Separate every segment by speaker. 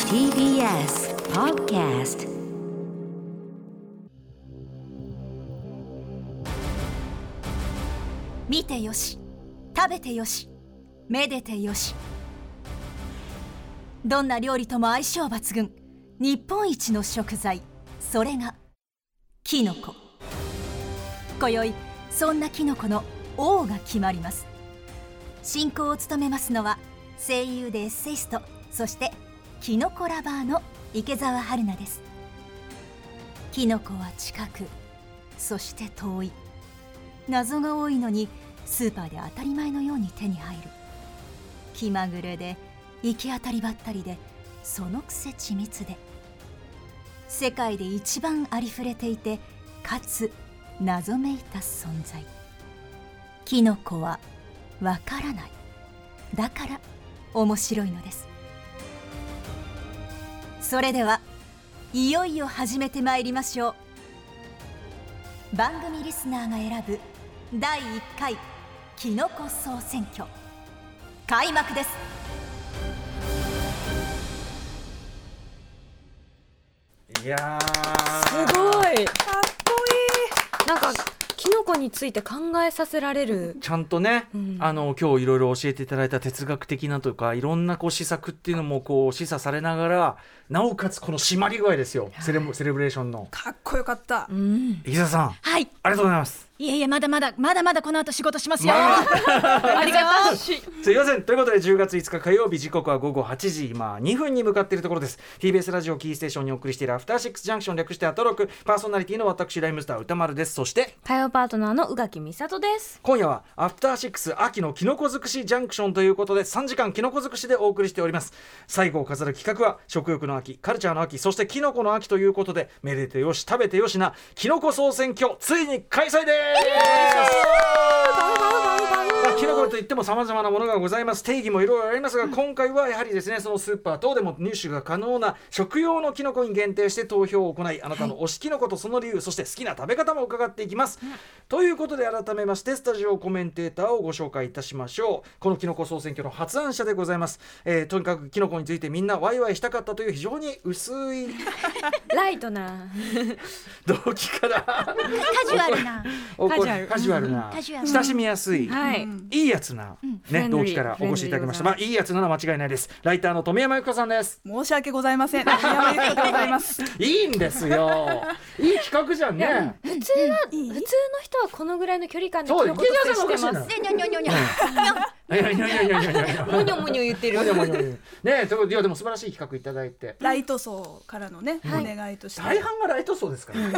Speaker 1: TBS Podcast
Speaker 2: 見てよし食べてよしめでてよしどんな料理とも相性抜群日本一の食材それがキノコ今宵そんなキノコの王が決まります進行を務めますのは声優でエッセイストそしてキノコラバーの池澤春菜ですキノコは近くそして遠い謎が多いのにスーパーで当たり前のように手に入る気まぐれで行き当たりばったりでそのくせ緻密で世界で一番ありふれていてかつ謎めいた存在キノコはわからないだから面白いのですそれではいよいよ始めてまいりましょう番組リスナーが選ぶ第1回キノコ総選挙開幕です
Speaker 3: いやー
Speaker 4: すごい。かっこいい。なんかキノコについて考えさせられる。
Speaker 3: ちゃんとね、
Speaker 4: うん
Speaker 3: あの今日いろいろ教えていただいた哲学的なとかいろんなこう施策っていうのもこう示唆されながらなおかつこの締まり具合ですよセレモセレブレーションの
Speaker 5: かっこよかった
Speaker 4: う。ん。
Speaker 3: 池田さん
Speaker 2: はい
Speaker 3: ありがとうございます。
Speaker 2: いえいえまだまだまだまだこの後仕事しますよ、
Speaker 3: まあ
Speaker 4: ありがとう。
Speaker 3: すいませんということで10月5日火曜日時刻は午後8時今2分に向かっているところです TBS ラジオキーステーションにお送りしているアフターシックスジャンクション略してアトロクパーソナリティの私ライムスター歌丸ですそして
Speaker 4: 火曜パートナーの宇垣美里 です。
Speaker 3: 今夜はアフターシックス秋のキノコ尽くしジャンクションということで3時間キノコ尽くしでお送りしております最後を飾る企画は食欲の秋カルチャーの秋そしてキノコの秋ということでめでてよし食べてよしなキノコ総選挙ついに開催ですまあキノコといってもさまざまなものがございます定義もいろいろありますが今回はやはりですねそのスーパー等でも入手が可能な食用のキノコに限定して投票を行いあなたの推しキノコとその理由そして好きな食べ方も伺っていきます、ということで改めましてスタジオコメンテーターをご紹介いたしましょうこのキノコ総選挙の発案者でございます、えーとにかくキノコについてみんなワイワイしたかったという非常に薄い
Speaker 4: ライトな。
Speaker 3: 動機から
Speaker 2: カジュアルな
Speaker 3: おこ
Speaker 4: カジュアル
Speaker 3: カジュアルな
Speaker 2: カジュアル
Speaker 3: 親しみやすい、
Speaker 4: はい。
Speaker 3: いいやつな、
Speaker 4: フレ
Speaker 3: ね、
Speaker 4: ンド
Speaker 3: 同
Speaker 4: リー
Speaker 3: 期からお越しいただきました。
Speaker 4: フ
Speaker 3: ま
Speaker 4: レ
Speaker 3: あ、いいやつなのは間違いないです。ライターの富山由紀子さんです。
Speaker 5: 申し訳ござい ません。富山由紀子でございます。
Speaker 3: いいんですよ。いい企画じゃんね。
Speaker 4: 普通は普通の人はこのぐらいの距離感でキ
Speaker 3: そう、
Speaker 4: ノコ
Speaker 3: 池
Speaker 4: と
Speaker 3: 田
Speaker 4: 接
Speaker 3: さんもおか
Speaker 4: し
Speaker 3: していな。
Speaker 4: ます。
Speaker 3: いやいやいやいやいやいやいや。
Speaker 4: もにょもにょ言ってる。
Speaker 3: 何でもいいねえ、ということでいやでも素晴らしい企画いただいて。
Speaker 5: ライト層からのね、お願いとして。
Speaker 3: 大半がライト層ですからね。う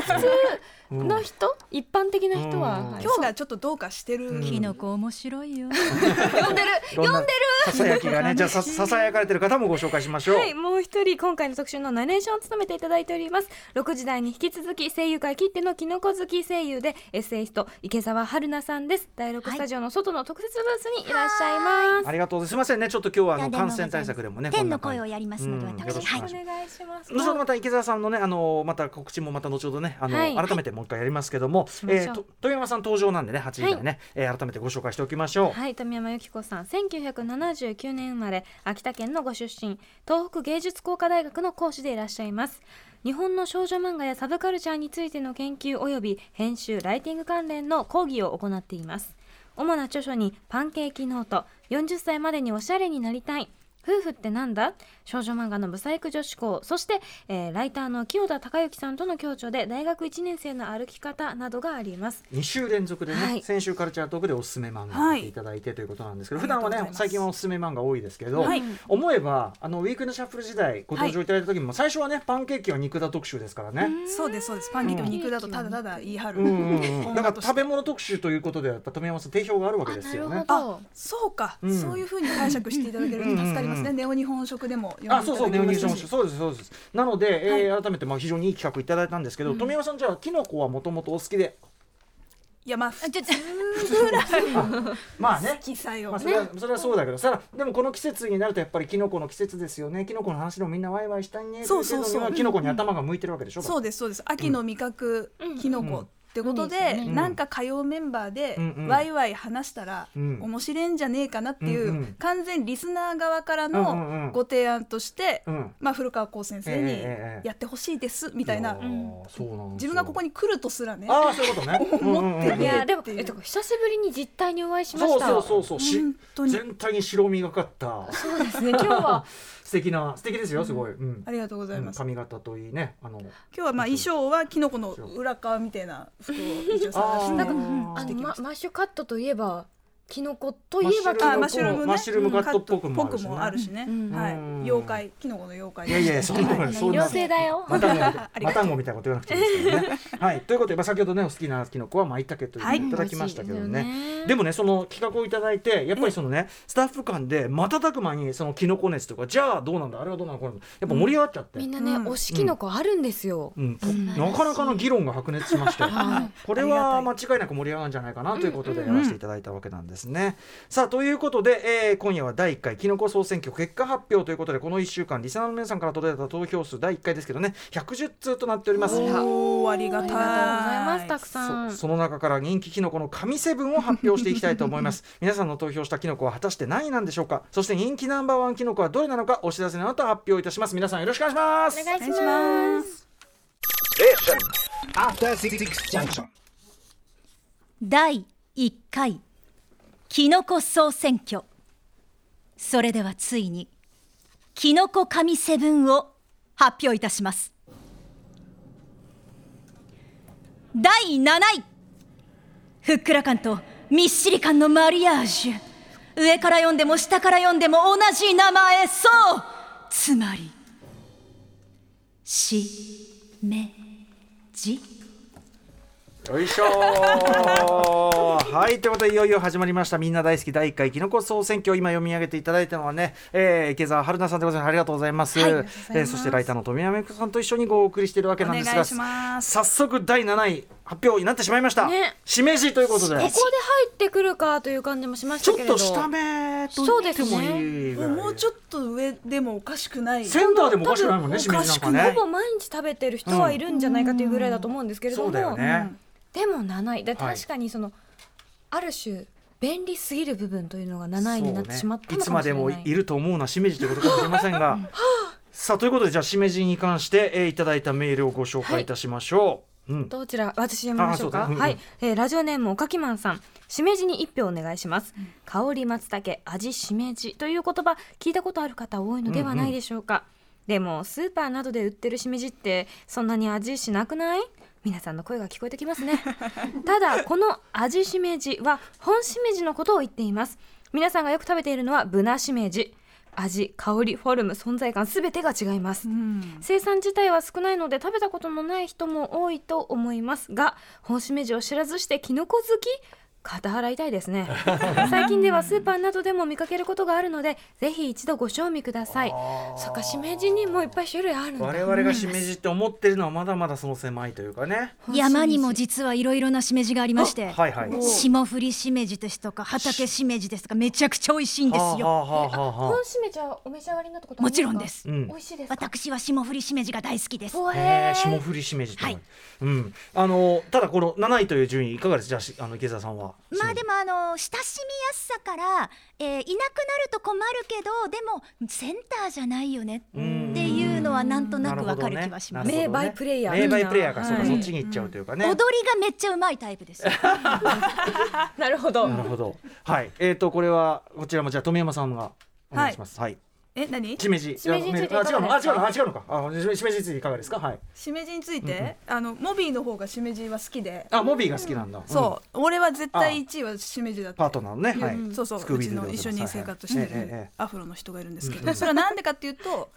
Speaker 3: ん
Speaker 4: の人、一般的な人は
Speaker 3: うん
Speaker 4: はい
Speaker 5: 今日がちょっとどうかしてる。
Speaker 3: うん
Speaker 2: キノコ面白いよ
Speaker 4: 呼んでる。
Speaker 3: 呼んでる。ささやきがね、じゃあさささやかれてる方もご紹介しましょう。
Speaker 4: はい、もう一人今回の特集のナレーションを務めていただいております6時台に引き続き声優界きってのキノコ好き声優でエッセイスト池澤春菜さんです第6スタジオの外の特設ブースにいらっしゃいます、
Speaker 3: ありがとうございます。すみませんね、ちょっと今日はあ
Speaker 2: い
Speaker 3: の
Speaker 2: やでも
Speaker 3: 感染対策でもね、
Speaker 2: 天
Speaker 3: こ
Speaker 2: の
Speaker 3: んな感
Speaker 2: 声
Speaker 3: じ
Speaker 2: をやりますので
Speaker 3: うんよろ
Speaker 2: 私
Speaker 3: しく
Speaker 2: はい
Speaker 3: お願いし
Speaker 4: お願いします
Speaker 3: 後ほどまた池澤さんのねあのまた告知もまた後ほどねあの、
Speaker 4: はい
Speaker 3: 改めてもう一回やりますけども、
Speaker 4: しましょう
Speaker 3: えーと富山さん登場なんでね8時台ね、えー改めてご紹介しておきましょう。
Speaker 4: はい富山由紀子さん1979年生まれ秋田県のご出身東北芸術工科大学の講師でいらっしゃいます日本の少女漫画やサブカルチャーについての研究及び編集ライティング関連の講義を行っています主な著書に「パンケーキノート」「40歳までにおしゃれになりたい」夫婦ってなんだ少女漫画のブサイク女子校そして、えーライターの清田孝之さんとの共著で大学1年生の歩き方などがあります
Speaker 3: 2週連続でね、
Speaker 4: はい
Speaker 3: 先週カルチャートークでおすすめ漫画を
Speaker 5: は
Speaker 3: 見
Speaker 5: い
Speaker 3: ていただいてということなんですけど、
Speaker 5: あ
Speaker 3: 普
Speaker 5: りが
Speaker 3: 段
Speaker 5: と
Speaker 3: は
Speaker 5: うございます
Speaker 3: ね最近はおすすめ漫画多いですけど、
Speaker 5: はい
Speaker 3: 思えばあのウィークのシャッフル時代ご登場いただいた時も、最初はねパンケーキは肉だ特集ですからね。
Speaker 5: そうですそうです。パンケーキと肉だとただただ言い張る。
Speaker 3: うんうんうん、だ か
Speaker 5: 女
Speaker 3: ら
Speaker 5: として
Speaker 3: 食べ物特集ということでやっぱ富山さん定評があるわけですよね。
Speaker 5: あ、そうか、
Speaker 3: うん
Speaker 5: そういう風に解釈していただけると助かります
Speaker 3: う
Speaker 5: ね。
Speaker 3: ん
Speaker 5: ネオ日本食でも読んでいただ
Speaker 3: あ、そうそう、ネ
Speaker 5: け
Speaker 3: オニ
Speaker 5: ま
Speaker 3: ューション
Speaker 5: す
Speaker 3: 種
Speaker 5: し。
Speaker 3: そうです、そうです。なので、えー改めて、まあ、非常にいい企画いただいたんですけど、富山さん、じゃあ、キノコはもともとお好きで。
Speaker 5: いやまあ普
Speaker 2: ちょっと
Speaker 5: 通ぐらい
Speaker 3: まあね。
Speaker 5: 記載
Speaker 3: ま
Speaker 5: を
Speaker 3: あ、それは、それはそうだけど、さあ、でも、この季節になると、やっぱりキノコの季節ですよね。キノコの話でも、みんなワイワイしたいね。
Speaker 5: そうそうそ
Speaker 3: といの
Speaker 5: う
Speaker 3: にはキノコに頭が向いてるわけでしょ
Speaker 5: そうですそうです。秋の味覚キノコってこと
Speaker 4: そうです
Speaker 5: で
Speaker 4: よね
Speaker 5: なんか火曜メンバーで
Speaker 3: うんうん
Speaker 5: ワイワイ話したら
Speaker 3: うん
Speaker 5: 面白いんじゃねえかなってい
Speaker 3: うんうん
Speaker 5: う完全リスナー側から
Speaker 3: うんうんうん
Speaker 5: のご提案として
Speaker 3: うん
Speaker 5: まあ古川光先生
Speaker 3: えええええ
Speaker 5: に
Speaker 3: え
Speaker 5: やってほしいですみたいな
Speaker 3: やーそうなんです
Speaker 5: 自
Speaker 3: よ
Speaker 5: 分がここに来るとすらね
Speaker 3: ああそういうことね
Speaker 5: 思って
Speaker 3: うんうんうん
Speaker 4: い
Speaker 5: ね
Speaker 4: やでもえっと久しぶりに実態にお会いしま
Speaker 3: そ
Speaker 4: し
Speaker 3: う
Speaker 4: た
Speaker 3: そうそうそうし
Speaker 5: 本当に
Speaker 3: 全体に白みがかった
Speaker 4: そうで すね今日は
Speaker 3: 素敵な素敵ですよすごい、うん
Speaker 5: ありがとうございます
Speaker 3: 髪型といいねあの
Speaker 5: 今日はまあ衣装はキノコの裏側みたいな服を一応探して
Speaker 3: なんか
Speaker 5: うん
Speaker 4: あ
Speaker 5: 着
Speaker 4: の
Speaker 5: てきま
Speaker 4: ま
Speaker 5: した
Speaker 4: マッシュカットといえばキノコといえばキ
Speaker 5: あ
Speaker 4: ノ
Speaker 5: マッシュルーム
Speaker 4: コ
Speaker 5: ね
Speaker 3: マッシュルームカットっぽくもあるしね
Speaker 5: ぽくもあるしね
Speaker 4: うん
Speaker 5: は
Speaker 3: うん
Speaker 5: い妖怪キノコの妖怪
Speaker 3: いやいやそんな
Speaker 5: はい
Speaker 3: そんな
Speaker 4: 妖精だよ
Speaker 3: またんご
Speaker 5: あり
Speaker 3: ま
Speaker 5: が
Speaker 3: たんごみたいなこと言わなくていいですけどね はいということでまあ先ほどねお好きなキノコはまいたけというのを
Speaker 5: はい
Speaker 3: いただきましたけどね,、
Speaker 4: 美味しいですよね
Speaker 3: でもねその企画をいただいてやっぱりそのねスタッフ間で瞬く間にそのキノコ熱とかじゃあどうなんだあれはどうなのこれやっぱ盛り上がっちゃって、う
Speaker 4: みん
Speaker 3: ん
Speaker 4: なね
Speaker 5: うん
Speaker 4: 推しキノコあるんですよ
Speaker 3: なかなかの議論が白熱しまして
Speaker 4: はい
Speaker 3: これは間違いなく盛り上がるんじゃないかなということでやらせていただいたわけなんですね。さあということで、えー今夜は第1回きのこ総選挙結果発表ということでこの1週間リスナーの皆さんから届いた投票数第1回ですけどね110通となっております。
Speaker 5: おーあり
Speaker 4: あ
Speaker 5: がた
Speaker 4: り
Speaker 5: い
Speaker 4: がとうございますたくさ
Speaker 3: そ
Speaker 4: ん
Speaker 3: その中から人気キノコの神セブンを発表していきたいと思います 皆さんの投票したキノコは果たして何位なんでしょうかそして人気ナンバーワンキノコはどれなのかお知らせの後発表いたします皆さんよろしくお願いします
Speaker 4: お願いし
Speaker 5: お
Speaker 4: ま
Speaker 5: 願いします
Speaker 6: After Six Junction.
Speaker 7: 第1回キノコ総選挙それではついにキノコ神セブンを発表いたします第7位ふっくら感とみっしり感のマリアージュ上から読んでも下から読んでも同じ名前そうつまりしめじ
Speaker 3: よいしょーはいということでいよいよ始まりましたみんな大好き第1回きのこ総選挙今読み上げていただいたのはね、えー、池澤春菜さんでございますありがとうございます,、
Speaker 4: ありがとうございます
Speaker 3: えーそしてライターの富山由紀子さんと一緒にごお送りしているわけなんです
Speaker 5: 願
Speaker 3: が
Speaker 5: いします
Speaker 3: 早速第7位発表になってしまいました、
Speaker 4: ね
Speaker 3: しめじということで
Speaker 4: ここで入ってくるかという感じもしまし
Speaker 3: ち
Speaker 4: た
Speaker 3: ょ
Speaker 4: け
Speaker 3: っ
Speaker 4: れど
Speaker 3: と下目と言ってもいいぐらい
Speaker 5: もうちょっと上でもおかしくない
Speaker 3: センターでもおかしくないもんね
Speaker 4: 多
Speaker 3: し
Speaker 4: 分
Speaker 3: めじなんかね
Speaker 4: ほぼ毎日食べてる人はいるんじゃないかというぐらいだと思うんですけれど
Speaker 3: そう
Speaker 4: も、
Speaker 3: だよね、
Speaker 4: でも7位だ
Speaker 3: はい
Speaker 4: 確かにその、ある種便利すぎる部分というのが7位になってしまっ
Speaker 3: そう
Speaker 4: た
Speaker 3: ねいつ
Speaker 4: のかも
Speaker 3: ま
Speaker 4: し
Speaker 3: で
Speaker 4: れ
Speaker 3: も
Speaker 4: ない
Speaker 3: いると思うなしめじということかもしれませんが さあということでじゃあしめじに関して、えーいただいたメールをご紹介いたしましょう、うん
Speaker 4: どちら私読みましょう
Speaker 3: あ
Speaker 4: か
Speaker 3: そうだねうんうん
Speaker 4: はい、えーラジオネームおかきまんさんしめじに一票お願いします、香り松茸味しめじという言葉聞いたことある方多いのではないでしょうか、でもスーパーなどで売ってるしめじってそんなに味しなくない皆さんの声が聞こえてきますね ただこの味しめじは本しめじのことを言っています皆さんがよく食べているのはブナしめじ味香りフォルム存在感すべてが違います、
Speaker 5: うん
Speaker 4: 生産自体は少ないので食べたことのない人も多いと思いますが本しめじを知らずしてキノコ好き肩払いたいです ね最近ではスーパーなどでも見かけることがあるのでぜひ一度ご賞味くださいそっかしめじにもいっぱい種類あるんだ
Speaker 3: 我々がしめじって思ってるのはまだまだその狭いというかね
Speaker 7: 山にも実はいろいろなしめじがありまして、
Speaker 3: はいはい
Speaker 7: 霜降りしめじですとか畑しめじですとかめちゃくちゃ美味しいんです
Speaker 3: はあ
Speaker 7: よ
Speaker 3: はあはあはあ
Speaker 4: 本しめじはお召し上がりになったことあり
Speaker 7: も
Speaker 4: ます
Speaker 7: ち
Speaker 4: か
Speaker 7: ろんです
Speaker 3: うん
Speaker 4: 美味しいですか
Speaker 7: 私は霜降りしめじが大好きです
Speaker 4: ほえ
Speaker 3: へえ
Speaker 4: ー
Speaker 3: 霜降りしめじと、は
Speaker 7: はい
Speaker 3: うんあのただこの7位という順位いかがですじゃあしあの池澤さんは
Speaker 2: まあでもあの親しみやすさから、えーいなくなると困るけどでもセンターじゃないよねっていうのはなんとなくわかる気がします、
Speaker 3: なるほどね
Speaker 4: 名バイプレイヤー
Speaker 3: 名バイプレイヤーか、
Speaker 4: はい
Speaker 3: そうかそっちに行っちゃうというかね、
Speaker 2: 踊りがめっちゃうまいタイプですよ
Speaker 4: なるほど
Speaker 3: なるほど。はい。えっ、とこれはこちらもじゃあ富山さんがお願いします。はい。
Speaker 5: え何
Speaker 3: しめじ。
Speaker 4: しめじについてい
Speaker 3: あ
Speaker 4: かが
Speaker 3: 違うの。あ
Speaker 4: で
Speaker 3: 違
Speaker 4: す
Speaker 3: うの。
Speaker 4: か
Speaker 3: あ違うのか。あしめしめじについていかがですか。はい。
Speaker 5: しめじについてあのモビーの方がしめじは好きで
Speaker 3: あモビーが好きなんだ。うん
Speaker 5: そう俺は絶
Speaker 3: あ
Speaker 5: 対1位はしめじだって
Speaker 3: パートナーのね。はい。
Speaker 5: うんそうそう
Speaker 3: スクー
Speaker 5: う
Speaker 3: ビー
Speaker 5: ち
Speaker 3: ズ
Speaker 5: の
Speaker 3: でご
Speaker 5: 一
Speaker 3: ざ
Speaker 5: 緒
Speaker 3: いま
Speaker 5: に
Speaker 3: す
Speaker 5: 生活して
Speaker 3: はいはいえええ
Speaker 5: る
Speaker 3: え
Speaker 5: アフロの人がいるんですけ
Speaker 3: うんうん
Speaker 5: どそれはなんでかっていうと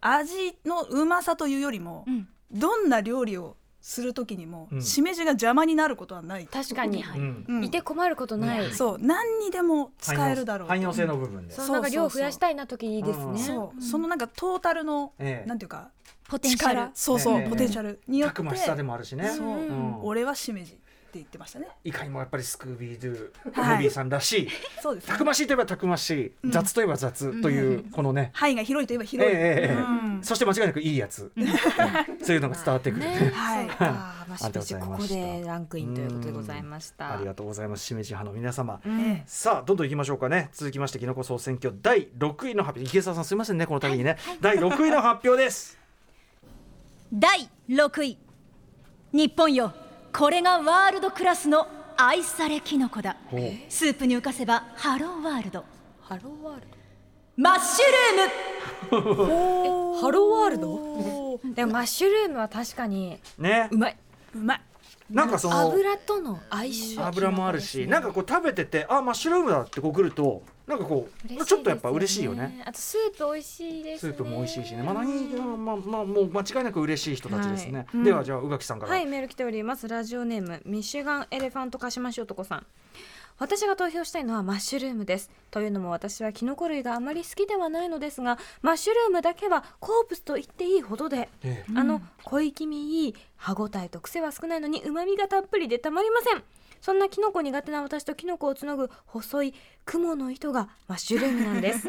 Speaker 5: 味のうまさというよりもどんな料理をする時にも
Speaker 3: うん
Speaker 5: しめじが邪魔になることはない、
Speaker 4: 確かに、
Speaker 3: ええうん。
Speaker 5: うん
Speaker 4: いて困ることない、そう
Speaker 5: そう何にでも使えるだろう
Speaker 3: 汎用性の部分で。
Speaker 5: そう
Speaker 4: なんか量増やしたいな時いいですね、
Speaker 5: そう、そのなんかトータルの、
Speaker 3: ええ
Speaker 5: なんていうか
Speaker 2: ポテンシャル
Speaker 5: 力そうそう、
Speaker 3: ええ
Speaker 5: ポテンシャルによったて
Speaker 3: くましさでもあるしね。
Speaker 5: そう、
Speaker 3: ん
Speaker 5: 俺はしめじ言ってましたね。
Speaker 3: いかにもやっぱりスクービードゥム
Speaker 5: はい
Speaker 3: ービーさんらしい
Speaker 5: そうです、
Speaker 3: たくましいといえばたくましい
Speaker 5: うん
Speaker 3: 雑といえば雑というこのね
Speaker 5: 範囲が広いといえば
Speaker 3: ええ
Speaker 5: 広い。
Speaker 3: ええええ
Speaker 5: うん
Speaker 3: そして間違いなくいいやつそういうのが伝わってくるね
Speaker 5: はい。
Speaker 4: あーバ
Speaker 3: あ
Speaker 4: シ
Speaker 3: りが
Speaker 4: バ
Speaker 3: とう
Speaker 4: シ
Speaker 3: ござい
Speaker 4: こ
Speaker 3: ま
Speaker 4: こ
Speaker 3: した
Speaker 4: でランクインということでございました。
Speaker 3: ありがとうございますしめじ派の皆様
Speaker 4: うん
Speaker 3: さあどんどんいきましょうかね続きましてきのこ総選挙第6位の発表池澤さんすいませんねこのためにね第6位の発表です
Speaker 7: 第6位日本よこれがワールドクラスの愛されキノコだ
Speaker 3: ほう
Speaker 7: スープに浮かせばハローワールド
Speaker 4: ハローワール
Speaker 7: マッシュルーム
Speaker 4: ド。ハローワールド。でもマッシュルームは確かに
Speaker 3: ね
Speaker 4: うまい。
Speaker 5: うまい。
Speaker 3: なんかその
Speaker 4: 油との相性。
Speaker 3: 油もあるしなんかこう食べててあマッシュルームだってこう来るとなんかこ
Speaker 4: 嬉しいう
Speaker 3: ちょっとやっぱ嬉しいよね。
Speaker 4: あとスープ美味しいです
Speaker 3: ス
Speaker 4: ね。
Speaker 3: ープも美味しいしね、まあ、何が、まあ、まあ、もう間違いなく嬉しい人たちですね。
Speaker 4: はい
Speaker 3: では、じゃあ、宇垣さんから。
Speaker 4: はい、メール来ております。ラジオネーム、ミシュガンエレファントカシマシ男さん。私が投票したいのはマッシュルームです。というのも私はキノコ類があまり好きではないのですが、マッシュルームだけは好物と言っていいほどで、
Speaker 3: ええ
Speaker 4: あの小気味いい歯ごたえと癖は少ないのに旨味がたっぷりでたまりません。そんなキノコ苦手な私とキノコをつなぐ細い雲の糸がマッシュルームなん です。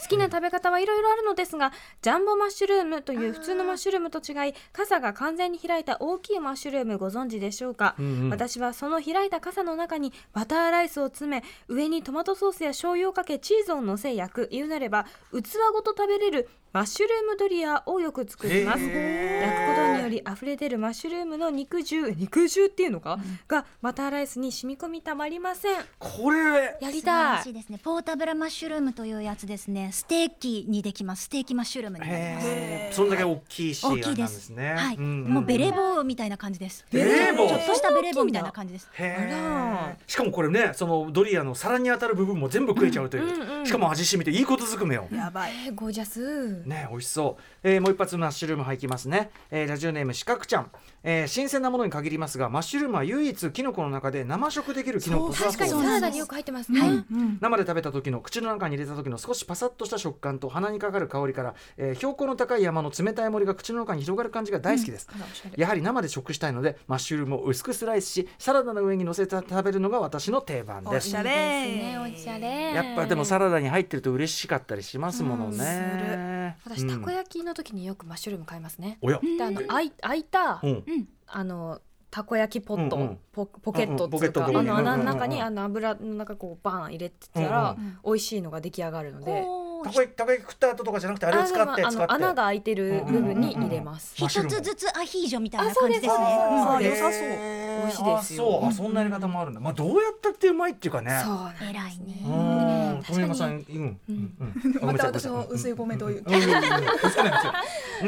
Speaker 4: 好きな食べ方はいろいろあるのですがジャンボマッシュルームという普通のマッシュルームと違い傘が完全に開いた大きいマッシュルームご存知でしょうか、
Speaker 3: うんうん
Speaker 4: 私はその開いた傘の中にバターライスを詰め上にトマトソースや醤油をかけチーズをのせ焼く言うなれば器ごと食べれるマッシュルームドリアをよく作ります焼
Speaker 3: へー
Speaker 4: くことにより溢れ出るマッシュルームの肉汁肉汁っていうのか、がバターライスに染み込みたまりません
Speaker 3: これ、
Speaker 4: や
Speaker 2: 素
Speaker 4: り
Speaker 2: 晴
Speaker 4: た
Speaker 2: ら
Speaker 4: い
Speaker 2: しいですね。ポータブルマッシュルームというやつですね。ステーキにできます。ステーキマッシュルームになります。
Speaker 3: ええ、そんだけ大きいし、あれ
Speaker 2: 大
Speaker 3: な
Speaker 2: き
Speaker 3: ん
Speaker 2: い
Speaker 3: で
Speaker 2: ですす。
Speaker 3: ね。
Speaker 2: はい、
Speaker 3: んんん
Speaker 2: もうベレー。帽みたいな感じです。
Speaker 3: ベレー帽
Speaker 2: ちょっとしたベレー帽みたいな感じです。
Speaker 3: へ
Speaker 4: あ
Speaker 3: え。しかも、これね、そのドリアの皿に当たる部分も全部食えちゃうという。
Speaker 4: うんうん
Speaker 3: しかも、味しみて、いいことずくめを。
Speaker 5: やばい。
Speaker 4: えーゴージャス
Speaker 3: ね、美味しそう、えーもう一発マッシュルーム入きますね、えーラジオネーム四角ちゃん、えー新鮮なものに限りますがマッシュルームは唯一キノコの中で生食できるキノコだそうで
Speaker 4: 確
Speaker 3: す
Speaker 4: かにサラダによく入ってますね、
Speaker 3: 生で食べた時の口の中に入れた時の少しパサッとした食感と鼻にかかる香りから、えー標高の高い山の冷たい森が口の中に広がる感じが大好きです、
Speaker 4: あらおしゃれ
Speaker 3: やはり生で食したいのでマッシュルームを薄くスライスしサラダの上に乗せて食べるのが私の定番で
Speaker 5: お
Speaker 3: す
Speaker 5: しゃれ
Speaker 4: いいですねおしゃれ
Speaker 3: やっぱでもサラダに入ってると嬉しかったりしますものね、
Speaker 4: 私たこ
Speaker 3: うん
Speaker 4: 焼きの時によくマッシュルーム買いますね、
Speaker 3: おや、
Speaker 4: であのあい開いた、
Speaker 3: うん、
Speaker 4: あのたこ焼きポット、
Speaker 3: うんうん
Speaker 4: ポポケットって
Speaker 3: うんうんポケ
Speaker 4: い
Speaker 3: ッ
Speaker 4: う
Speaker 3: ト
Speaker 4: か、
Speaker 3: とか
Speaker 4: あ
Speaker 3: ね
Speaker 4: の穴
Speaker 3: うん
Speaker 4: の
Speaker 3: うんう
Speaker 4: 中
Speaker 3: ん
Speaker 4: にあの油の中こうバーン入れてたら、
Speaker 3: う
Speaker 4: 美味しいのが出来上がるので、
Speaker 2: お
Speaker 3: た
Speaker 2: ー
Speaker 3: こ焼きたこ焼き食った後とかじゃなくてあれを使って
Speaker 4: でもあ
Speaker 3: 使って
Speaker 4: の穴が開いてる部分に入れます、
Speaker 3: マッシュ
Speaker 2: 一
Speaker 3: ルーム
Speaker 2: つずつアヒージョみたいな
Speaker 4: あそう
Speaker 2: 感
Speaker 4: で
Speaker 2: じ
Speaker 4: す
Speaker 2: ですね。
Speaker 5: あー
Speaker 3: へー
Speaker 5: 良さそう
Speaker 4: 美味しいですよ
Speaker 3: あそうあそんなやり方もあるんだ、まあどうやったってうまいっていうかね
Speaker 4: そうなんですね
Speaker 2: 偉いね
Speaker 3: うん、富山さん、うん、うん、うん、
Speaker 5: また私の薄いコメントを言う
Speaker 3: うんうんうんうんそうなんですよ。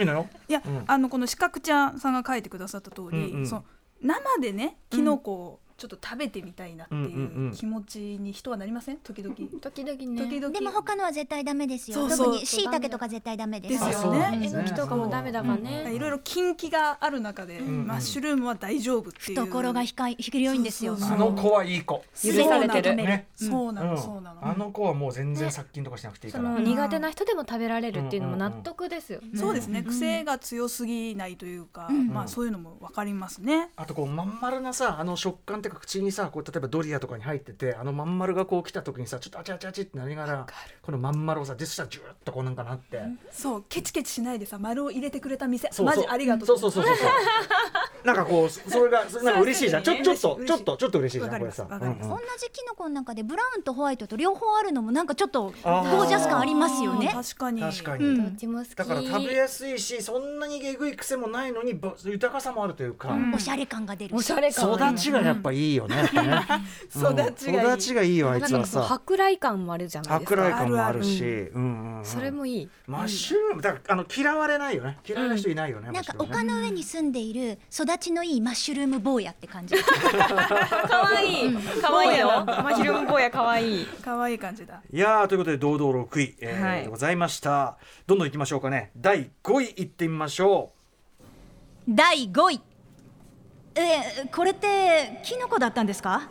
Speaker 3: いいのよ。
Speaker 5: いや、
Speaker 3: うん
Speaker 5: あのこの四角ちゃんさんが書いてくださった通り、
Speaker 3: うんうん
Speaker 5: その生でねキノコをちょっと食べてみたいなって
Speaker 3: うんうんう
Speaker 5: い
Speaker 3: ん
Speaker 5: う気持ちに人はなりません時々時
Speaker 4: 時々ね
Speaker 5: 々
Speaker 2: でも他のは絶対ダメですよ。
Speaker 5: そうそう
Speaker 2: 特に椎茸とか絶対ダメで。
Speaker 5: ですす
Speaker 3: あそ
Speaker 5: よ
Speaker 3: うな
Speaker 5: ね
Speaker 3: んで
Speaker 4: え
Speaker 3: す
Speaker 4: の
Speaker 3: ね
Speaker 4: きとかもダメだからね、
Speaker 5: いろいろ禁忌がある中で、
Speaker 3: んうん
Speaker 5: マッシュルームは大丈夫っていう
Speaker 2: 懐が低い広いんですよ。
Speaker 5: そうそう
Speaker 3: あの子はいい子。
Speaker 5: 許
Speaker 4: 許されてる
Speaker 3: ね。
Speaker 5: そうな
Speaker 3: う
Speaker 5: の、
Speaker 3: ん
Speaker 5: そうなの、
Speaker 3: あの子はもう全然殺菌とかしなくていいか
Speaker 4: そ
Speaker 3: ら。
Speaker 4: の
Speaker 3: ね
Speaker 4: 苦手な人でも食べられるっていうのも納得ですよね、
Speaker 5: そうですね、癖が強すぎないというか、まあそういうのもわかりますね、
Speaker 3: あとこうまん丸なさあの食感っていうか口にさこう例えばドリアとかに入っててあのまん丸がこう来た時にさちょっとあちゃあちゃあちってなりながらこのまん丸をさでそしたらジューッとこうなんかなって、
Speaker 5: そうケチケチしないでさ丸を入れてくれた店
Speaker 3: そうそう
Speaker 5: マジありがとう
Speaker 3: そうそうそうそう そうなんかこうそそれがそれなんか嬉しいじゃんちょ
Speaker 4: そう
Speaker 3: ちょっとちょ
Speaker 5: 嬉しい
Speaker 3: っとちょっと嬉しいじゃんこ
Speaker 5: わかり
Speaker 3: れ
Speaker 5: ます
Speaker 3: さ
Speaker 5: わかります
Speaker 3: うんう
Speaker 2: 同
Speaker 3: ん
Speaker 2: じキノコの中でブラウンとホワイトと両方あるのもなんかちょっとゴ
Speaker 3: あー
Speaker 2: ージャス感ありますよね。
Speaker 5: 確かに
Speaker 3: 確かに、
Speaker 2: うん
Speaker 4: どっちも好き
Speaker 3: だから食べやすいしそんなにえぐい癖もないのにぼ豊かさもあるというか、
Speaker 5: うん
Speaker 2: おしゃれ感が出る。
Speaker 4: おしゃれ感はね
Speaker 3: 育ちがやっぱいいよね,やっぱね、うん
Speaker 5: 育ちがいい
Speaker 3: 育ちがいいよあい
Speaker 4: な
Speaker 3: つ
Speaker 4: ん
Speaker 3: は
Speaker 4: かその
Speaker 3: さ
Speaker 4: 舶来感もあるじゃないです
Speaker 3: 舶
Speaker 4: か。
Speaker 3: 来感もあるしうんうんうん
Speaker 4: それもいい。
Speaker 3: マッシュルームだからあの嫌われないよね嫌いな人いないよね、
Speaker 2: なんか
Speaker 3: マッシュルーム
Speaker 2: 丘
Speaker 3: ね
Speaker 2: の上に住んでいる育ちのいいマッシュルーム坊やって感じ。
Speaker 4: 可愛い可愛いよ。マヒルム坊や可愛い。
Speaker 5: 可愛い感じだ
Speaker 3: いやーということで堂々6位、えー
Speaker 4: はい
Speaker 3: でございましたどんどんいきましょうかね第5位いってみましょ
Speaker 7: 第5位
Speaker 2: えーこれってキノコだったんですか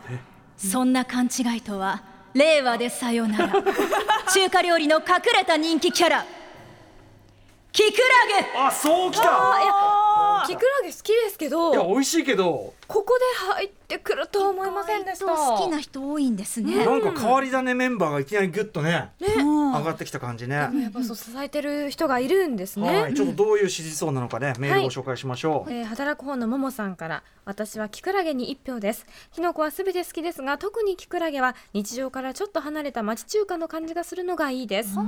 Speaker 2: そんな勘違いとは令和でさよなら中華料理の隠れた人気キャラキクラ
Speaker 3: うあそうきた
Speaker 4: あ
Speaker 5: か
Speaker 4: キクラゲ好きですけど
Speaker 3: いや美味しいけど
Speaker 4: ここで入ってくるとは思いませんでした
Speaker 2: 意外と好きな人多いんですね。
Speaker 3: なんか変わり種メンバーがいきなりギュッとね
Speaker 4: ね
Speaker 3: 上がってきた感じね
Speaker 4: やっぱそう支えてる人がいるんですね、
Speaker 3: はいちょっとどういう支持層なのかねメールをご紹介しましょう
Speaker 4: えー働く方のももさんから私はキクラゲに1票ですキノコは全て好きですが特にキクラゲは日常からちょっと離れた町中華の感じがするのがいいです好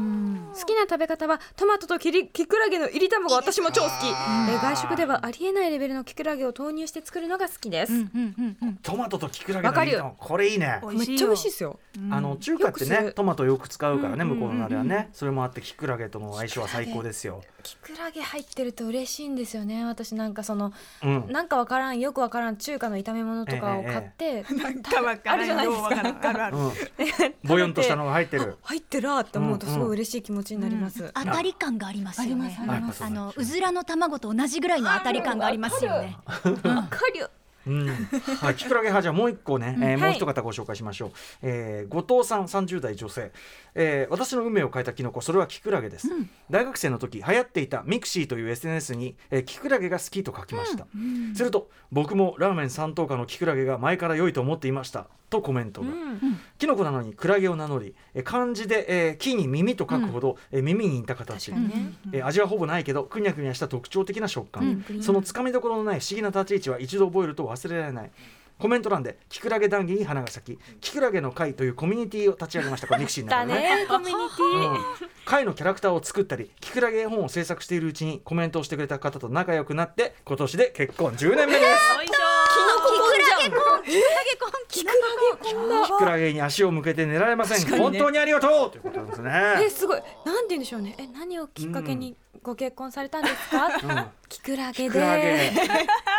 Speaker 4: きな食べ方はトマトとキリキクラゲのいり卵私も超好き、えー外食ではありえないレベルのキクラゲを投入して作るのが好きです、
Speaker 3: トマトとキクラゲ
Speaker 4: わかるよ
Speaker 3: のこれいいね
Speaker 5: 美
Speaker 4: めっ
Speaker 5: 味しい
Speaker 4: ちゃ
Speaker 5: よ
Speaker 4: 美味しいですよ
Speaker 3: あの中華って
Speaker 4: よくす
Speaker 3: ね
Speaker 4: る
Speaker 3: トマトよく使うからね
Speaker 4: うん
Speaker 3: 向こうのあれはねそれもあってキクラゲとの相性は最高ですよ
Speaker 4: キクラゲ入ってると嬉しいんですよね私なんかその
Speaker 3: うん
Speaker 4: なんかわからんよくわからん中華の炒め物とかを買って、
Speaker 5: なんかわから
Speaker 4: あるじゃないですか
Speaker 5: ようわからんある
Speaker 3: う
Speaker 5: ある
Speaker 3: んボヨンとしたのが入ってる
Speaker 4: 入ってるって思うとすごい嬉しい気持ちになります、
Speaker 2: 当たり感がありますよね
Speaker 4: あり。
Speaker 3: あやっぱそ
Speaker 2: あ
Speaker 3: うなん
Speaker 2: の
Speaker 3: です
Speaker 2: う
Speaker 3: ね
Speaker 2: ずらの卵と同じぐらいの当たり感がありますよね。
Speaker 4: わかるよ
Speaker 3: うん、はい、キクラゲ派じゃあもう一個ね、えー
Speaker 4: うん
Speaker 3: もう一方ご紹介しましょう、えー後藤さん30代女性、えー私の運命を変えたキノコそれはキクラゲです、大学生の時流行っていたミクシーという SNS に、えーキクラゲが好きと書きました、すると僕もラーメン三等価のキクラゲが前から良いと思っていましたとコメントが、キノコなのにクラゲを名乗り、えー漢字で、えー木に耳と書くほど、えー耳に似た形、えー味はほぼないけどくにゃくにゃした特徴的な食感、そのつかみどころのない不思議な立ち位置は一度覚えると忘れられないコメント欄で「キクラゲ談義に花が咲きキクラゲの会」というコミュニティを立ち上げましたこれミクシーの
Speaker 4: だ
Speaker 3: 中でね。
Speaker 4: ねコミュニ
Speaker 3: うん会のキャラクターを作ったりキクラゲ絵本を制作しているうちにコメントをしてくれた方と仲良くなって今年で結婚10年目です
Speaker 2: キクラゲコン、キクラゲコン、キクラゲコン。
Speaker 3: キクラゲに足を向けて寝られません、
Speaker 5: かに
Speaker 3: 本
Speaker 5: ね
Speaker 3: 当にありがとうということですね
Speaker 4: ティえすごいなんて言うんでしょうねえ何をきっかけにご結婚されたんですか、
Speaker 3: ん
Speaker 4: キクラ ゲ
Speaker 3: キ
Speaker 4: で
Speaker 3: クラゲ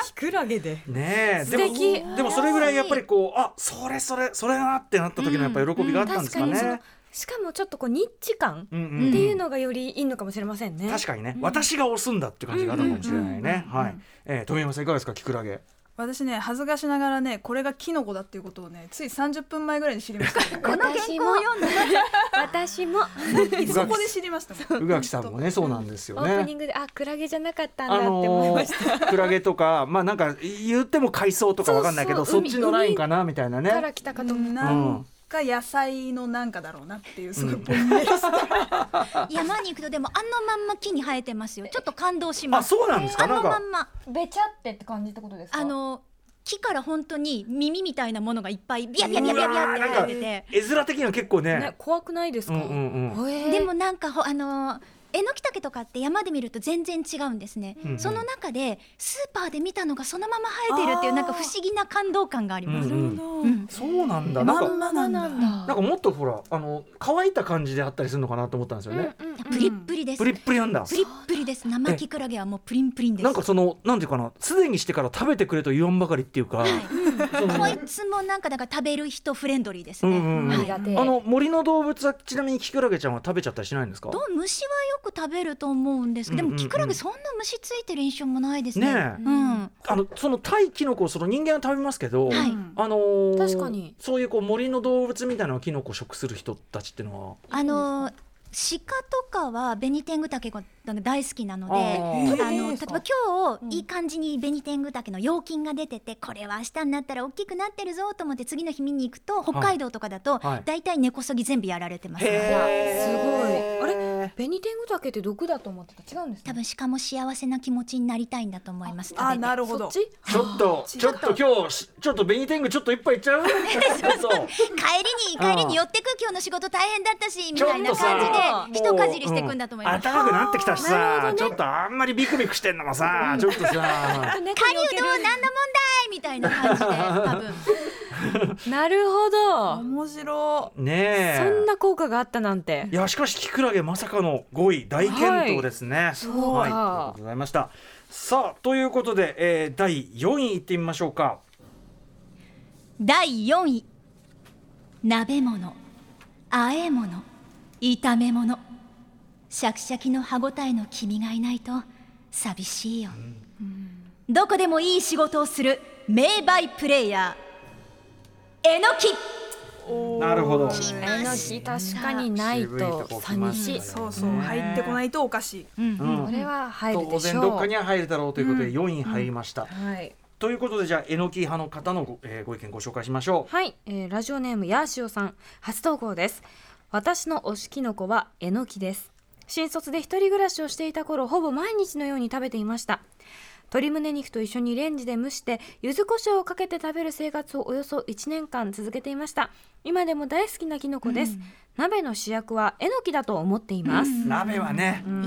Speaker 5: キクラゲで
Speaker 3: ねえ
Speaker 4: 素
Speaker 3: でも
Speaker 4: 敵
Speaker 3: でもそれぐらいやっぱりこうあそれそれそれなってなった時のやっぱ喜びがあったんで
Speaker 4: 確
Speaker 3: す
Speaker 4: か
Speaker 3: か
Speaker 4: にその
Speaker 3: ね。
Speaker 4: しかもちょっとこうニッチ感
Speaker 3: うんうん
Speaker 4: っていうのがよりいいのかもしれませんね、
Speaker 3: 確かにね、私が押すんだって感じがあったかもしれないね。はい。えー、富山さんいかがですか、キクラゲ。
Speaker 5: 私ね恥ずかしながらねこれがキノコだっていうことをねつい30分前ぐら いに知りました、
Speaker 2: この原稿読んだ。
Speaker 4: 私も
Speaker 5: そこで知りましたもん
Speaker 3: 宇垣さんもね、そうなんです
Speaker 4: オ
Speaker 3: よ
Speaker 4: ープニ
Speaker 3: ね。
Speaker 4: ングであクラゲじゃなかったんだ
Speaker 3: あ
Speaker 4: って思い
Speaker 3: の
Speaker 4: ました、
Speaker 3: ー、クラゲとか、まあ、なんか言っても海藻とかわかんないけど、
Speaker 4: そうそう
Speaker 3: そっちのラインかなみたいなね。
Speaker 4: から来たかと思った
Speaker 5: なんか野菜のなんかだろうなっていうすごいぼんやり
Speaker 2: 山に行くとでもあのまんま木に生えてますよ。ちょっと感動しま
Speaker 3: あ、
Speaker 2: す。
Speaker 3: そうなんですか、
Speaker 2: あ
Speaker 3: な
Speaker 2: の
Speaker 3: ん
Speaker 2: ま
Speaker 3: か
Speaker 2: ん。ま
Speaker 4: べちゃってって感じってことです
Speaker 2: あの木から本当に耳みたいなものがいっぱいビャビャビャビャビャって生えてて。
Speaker 3: 絵面的には結構ね。
Speaker 4: ね怖くないです
Speaker 3: う
Speaker 4: か、
Speaker 3: んうんうん。
Speaker 4: へー
Speaker 2: でもなんかほあのーえのきたけとかって山で見ると全然違うんですね、
Speaker 3: うんうん
Speaker 2: その中でスーパーで見たのがそのまま生えてるっていうなんか不思議な感動感があり
Speaker 3: うん
Speaker 2: ます、
Speaker 3: うん、
Speaker 2: うん
Speaker 3: そうなんだ。なん
Speaker 5: ま
Speaker 3: か、
Speaker 5: んまなんだ
Speaker 3: なんかもっとほら、あの、乾いた感じであったりするのかなと思ったんですよね。
Speaker 2: プリップリです、
Speaker 3: プリップリなんだ。
Speaker 2: プリップリです生キクラゲはもうプリンプリンです
Speaker 3: なんかそのなんていうかなすでにしてから食べてくれと言わんばかりっていうか、その
Speaker 2: こいつもなんかだから食べる人フレンドリーです
Speaker 3: うん
Speaker 2: ね、
Speaker 3: うん
Speaker 2: はい
Speaker 3: うん
Speaker 4: 苦手
Speaker 3: あの森の動物はちなみにキクラゲちゃんは食べちゃったりしないんですか
Speaker 2: どう虫はよく食べると思うんですけど、
Speaker 3: うんうんうん
Speaker 2: でもキクラゲそんな虫ついてる印象もないですね
Speaker 3: ねえ
Speaker 2: うん、
Speaker 3: あのその対キノコその人間は食べますけど、
Speaker 2: はい
Speaker 3: あのー
Speaker 4: 確かに
Speaker 3: そういうこう森の動物みたいなキノコを食する人たちっていうのは
Speaker 2: あのー鹿とかはベニテングタケが大好きなので
Speaker 3: あ
Speaker 2: あ
Speaker 5: ー
Speaker 2: の例えば今日いい感じにベニテングタケの陽菌が出ててこれは明日になったら大きくなってるぞと思って次の日見に行くと北海道とかだと
Speaker 3: はい
Speaker 2: 大体根こそぎ全部やられてます、
Speaker 3: へ
Speaker 4: すごい
Speaker 3: あれ
Speaker 4: ベニテングタケって毒だと思ってた違うんですね
Speaker 2: 多分鹿も幸せな気持ちになりたいんだと思います食
Speaker 5: あ
Speaker 2: べ
Speaker 5: な
Speaker 2: て
Speaker 5: るほど
Speaker 4: そっち
Speaker 3: ちょっとちょっと今日しちょっとベニテングちょっと一杯いっちゃうちょっと
Speaker 2: 帰りに
Speaker 3: あー
Speaker 2: 帰りに寄ってく今日の仕事大変だったしみ
Speaker 3: ちょ
Speaker 2: たい
Speaker 3: っ
Speaker 2: な
Speaker 3: とさ
Speaker 2: 感じで一かじりしていくんだと思います、
Speaker 3: もううん暖かくなってきたしさ、ちょっとあんまりビクビクしてんのもさちょっとさ
Speaker 4: 猫
Speaker 2: カ
Speaker 4: に
Speaker 2: リウ
Speaker 4: おけ
Speaker 2: ド何の問題みたいな感じで多分
Speaker 4: るなるほど
Speaker 5: 面白
Speaker 3: ねえ
Speaker 4: そんな効果があったなんて
Speaker 3: いやしかしキクラゲまさかの5位大健闘ですね。はい、
Speaker 4: う
Speaker 3: ありがとうございました。さあということで、えー、第4位いってみましょうか。
Speaker 2: 第4位鍋物和え物炒め物シャキシャキの歯ごたえの君がいないと寂しいよ、どこでもいい仕事をする名バイプレイヤーえのき
Speaker 3: なるほど
Speaker 4: えのき確かにない
Speaker 3: 渋いと
Speaker 4: と
Speaker 3: こ来ま
Speaker 4: 寂
Speaker 3: した
Speaker 4: し
Speaker 3: ね
Speaker 4: い。
Speaker 5: そうそう入ってこないとおかしい。
Speaker 7: うん
Speaker 3: う
Speaker 7: うん
Speaker 3: ん
Speaker 4: これは入る
Speaker 3: 当
Speaker 4: でし
Speaker 3: 然
Speaker 4: ょう。
Speaker 3: どっかには入れだろうということで4位入りました、
Speaker 4: はい。
Speaker 3: ということでじゃあえのき派の方のご,、えーご意見ご紹介しましょ
Speaker 4: はい、えーラジオネームヤーシオさん初投稿です私の推しキノコはえのきです新卒で一人暮らしをしていた頃ほぼ毎日のように食べていました鶏胸肉と一緒にレンジで蒸して柚子胡椒をかけて食べる生活をおよそ1年間続けていました今でも大好きなキノコです、鍋の主役はえのきだと思っています、
Speaker 3: う鍋はね
Speaker 4: うん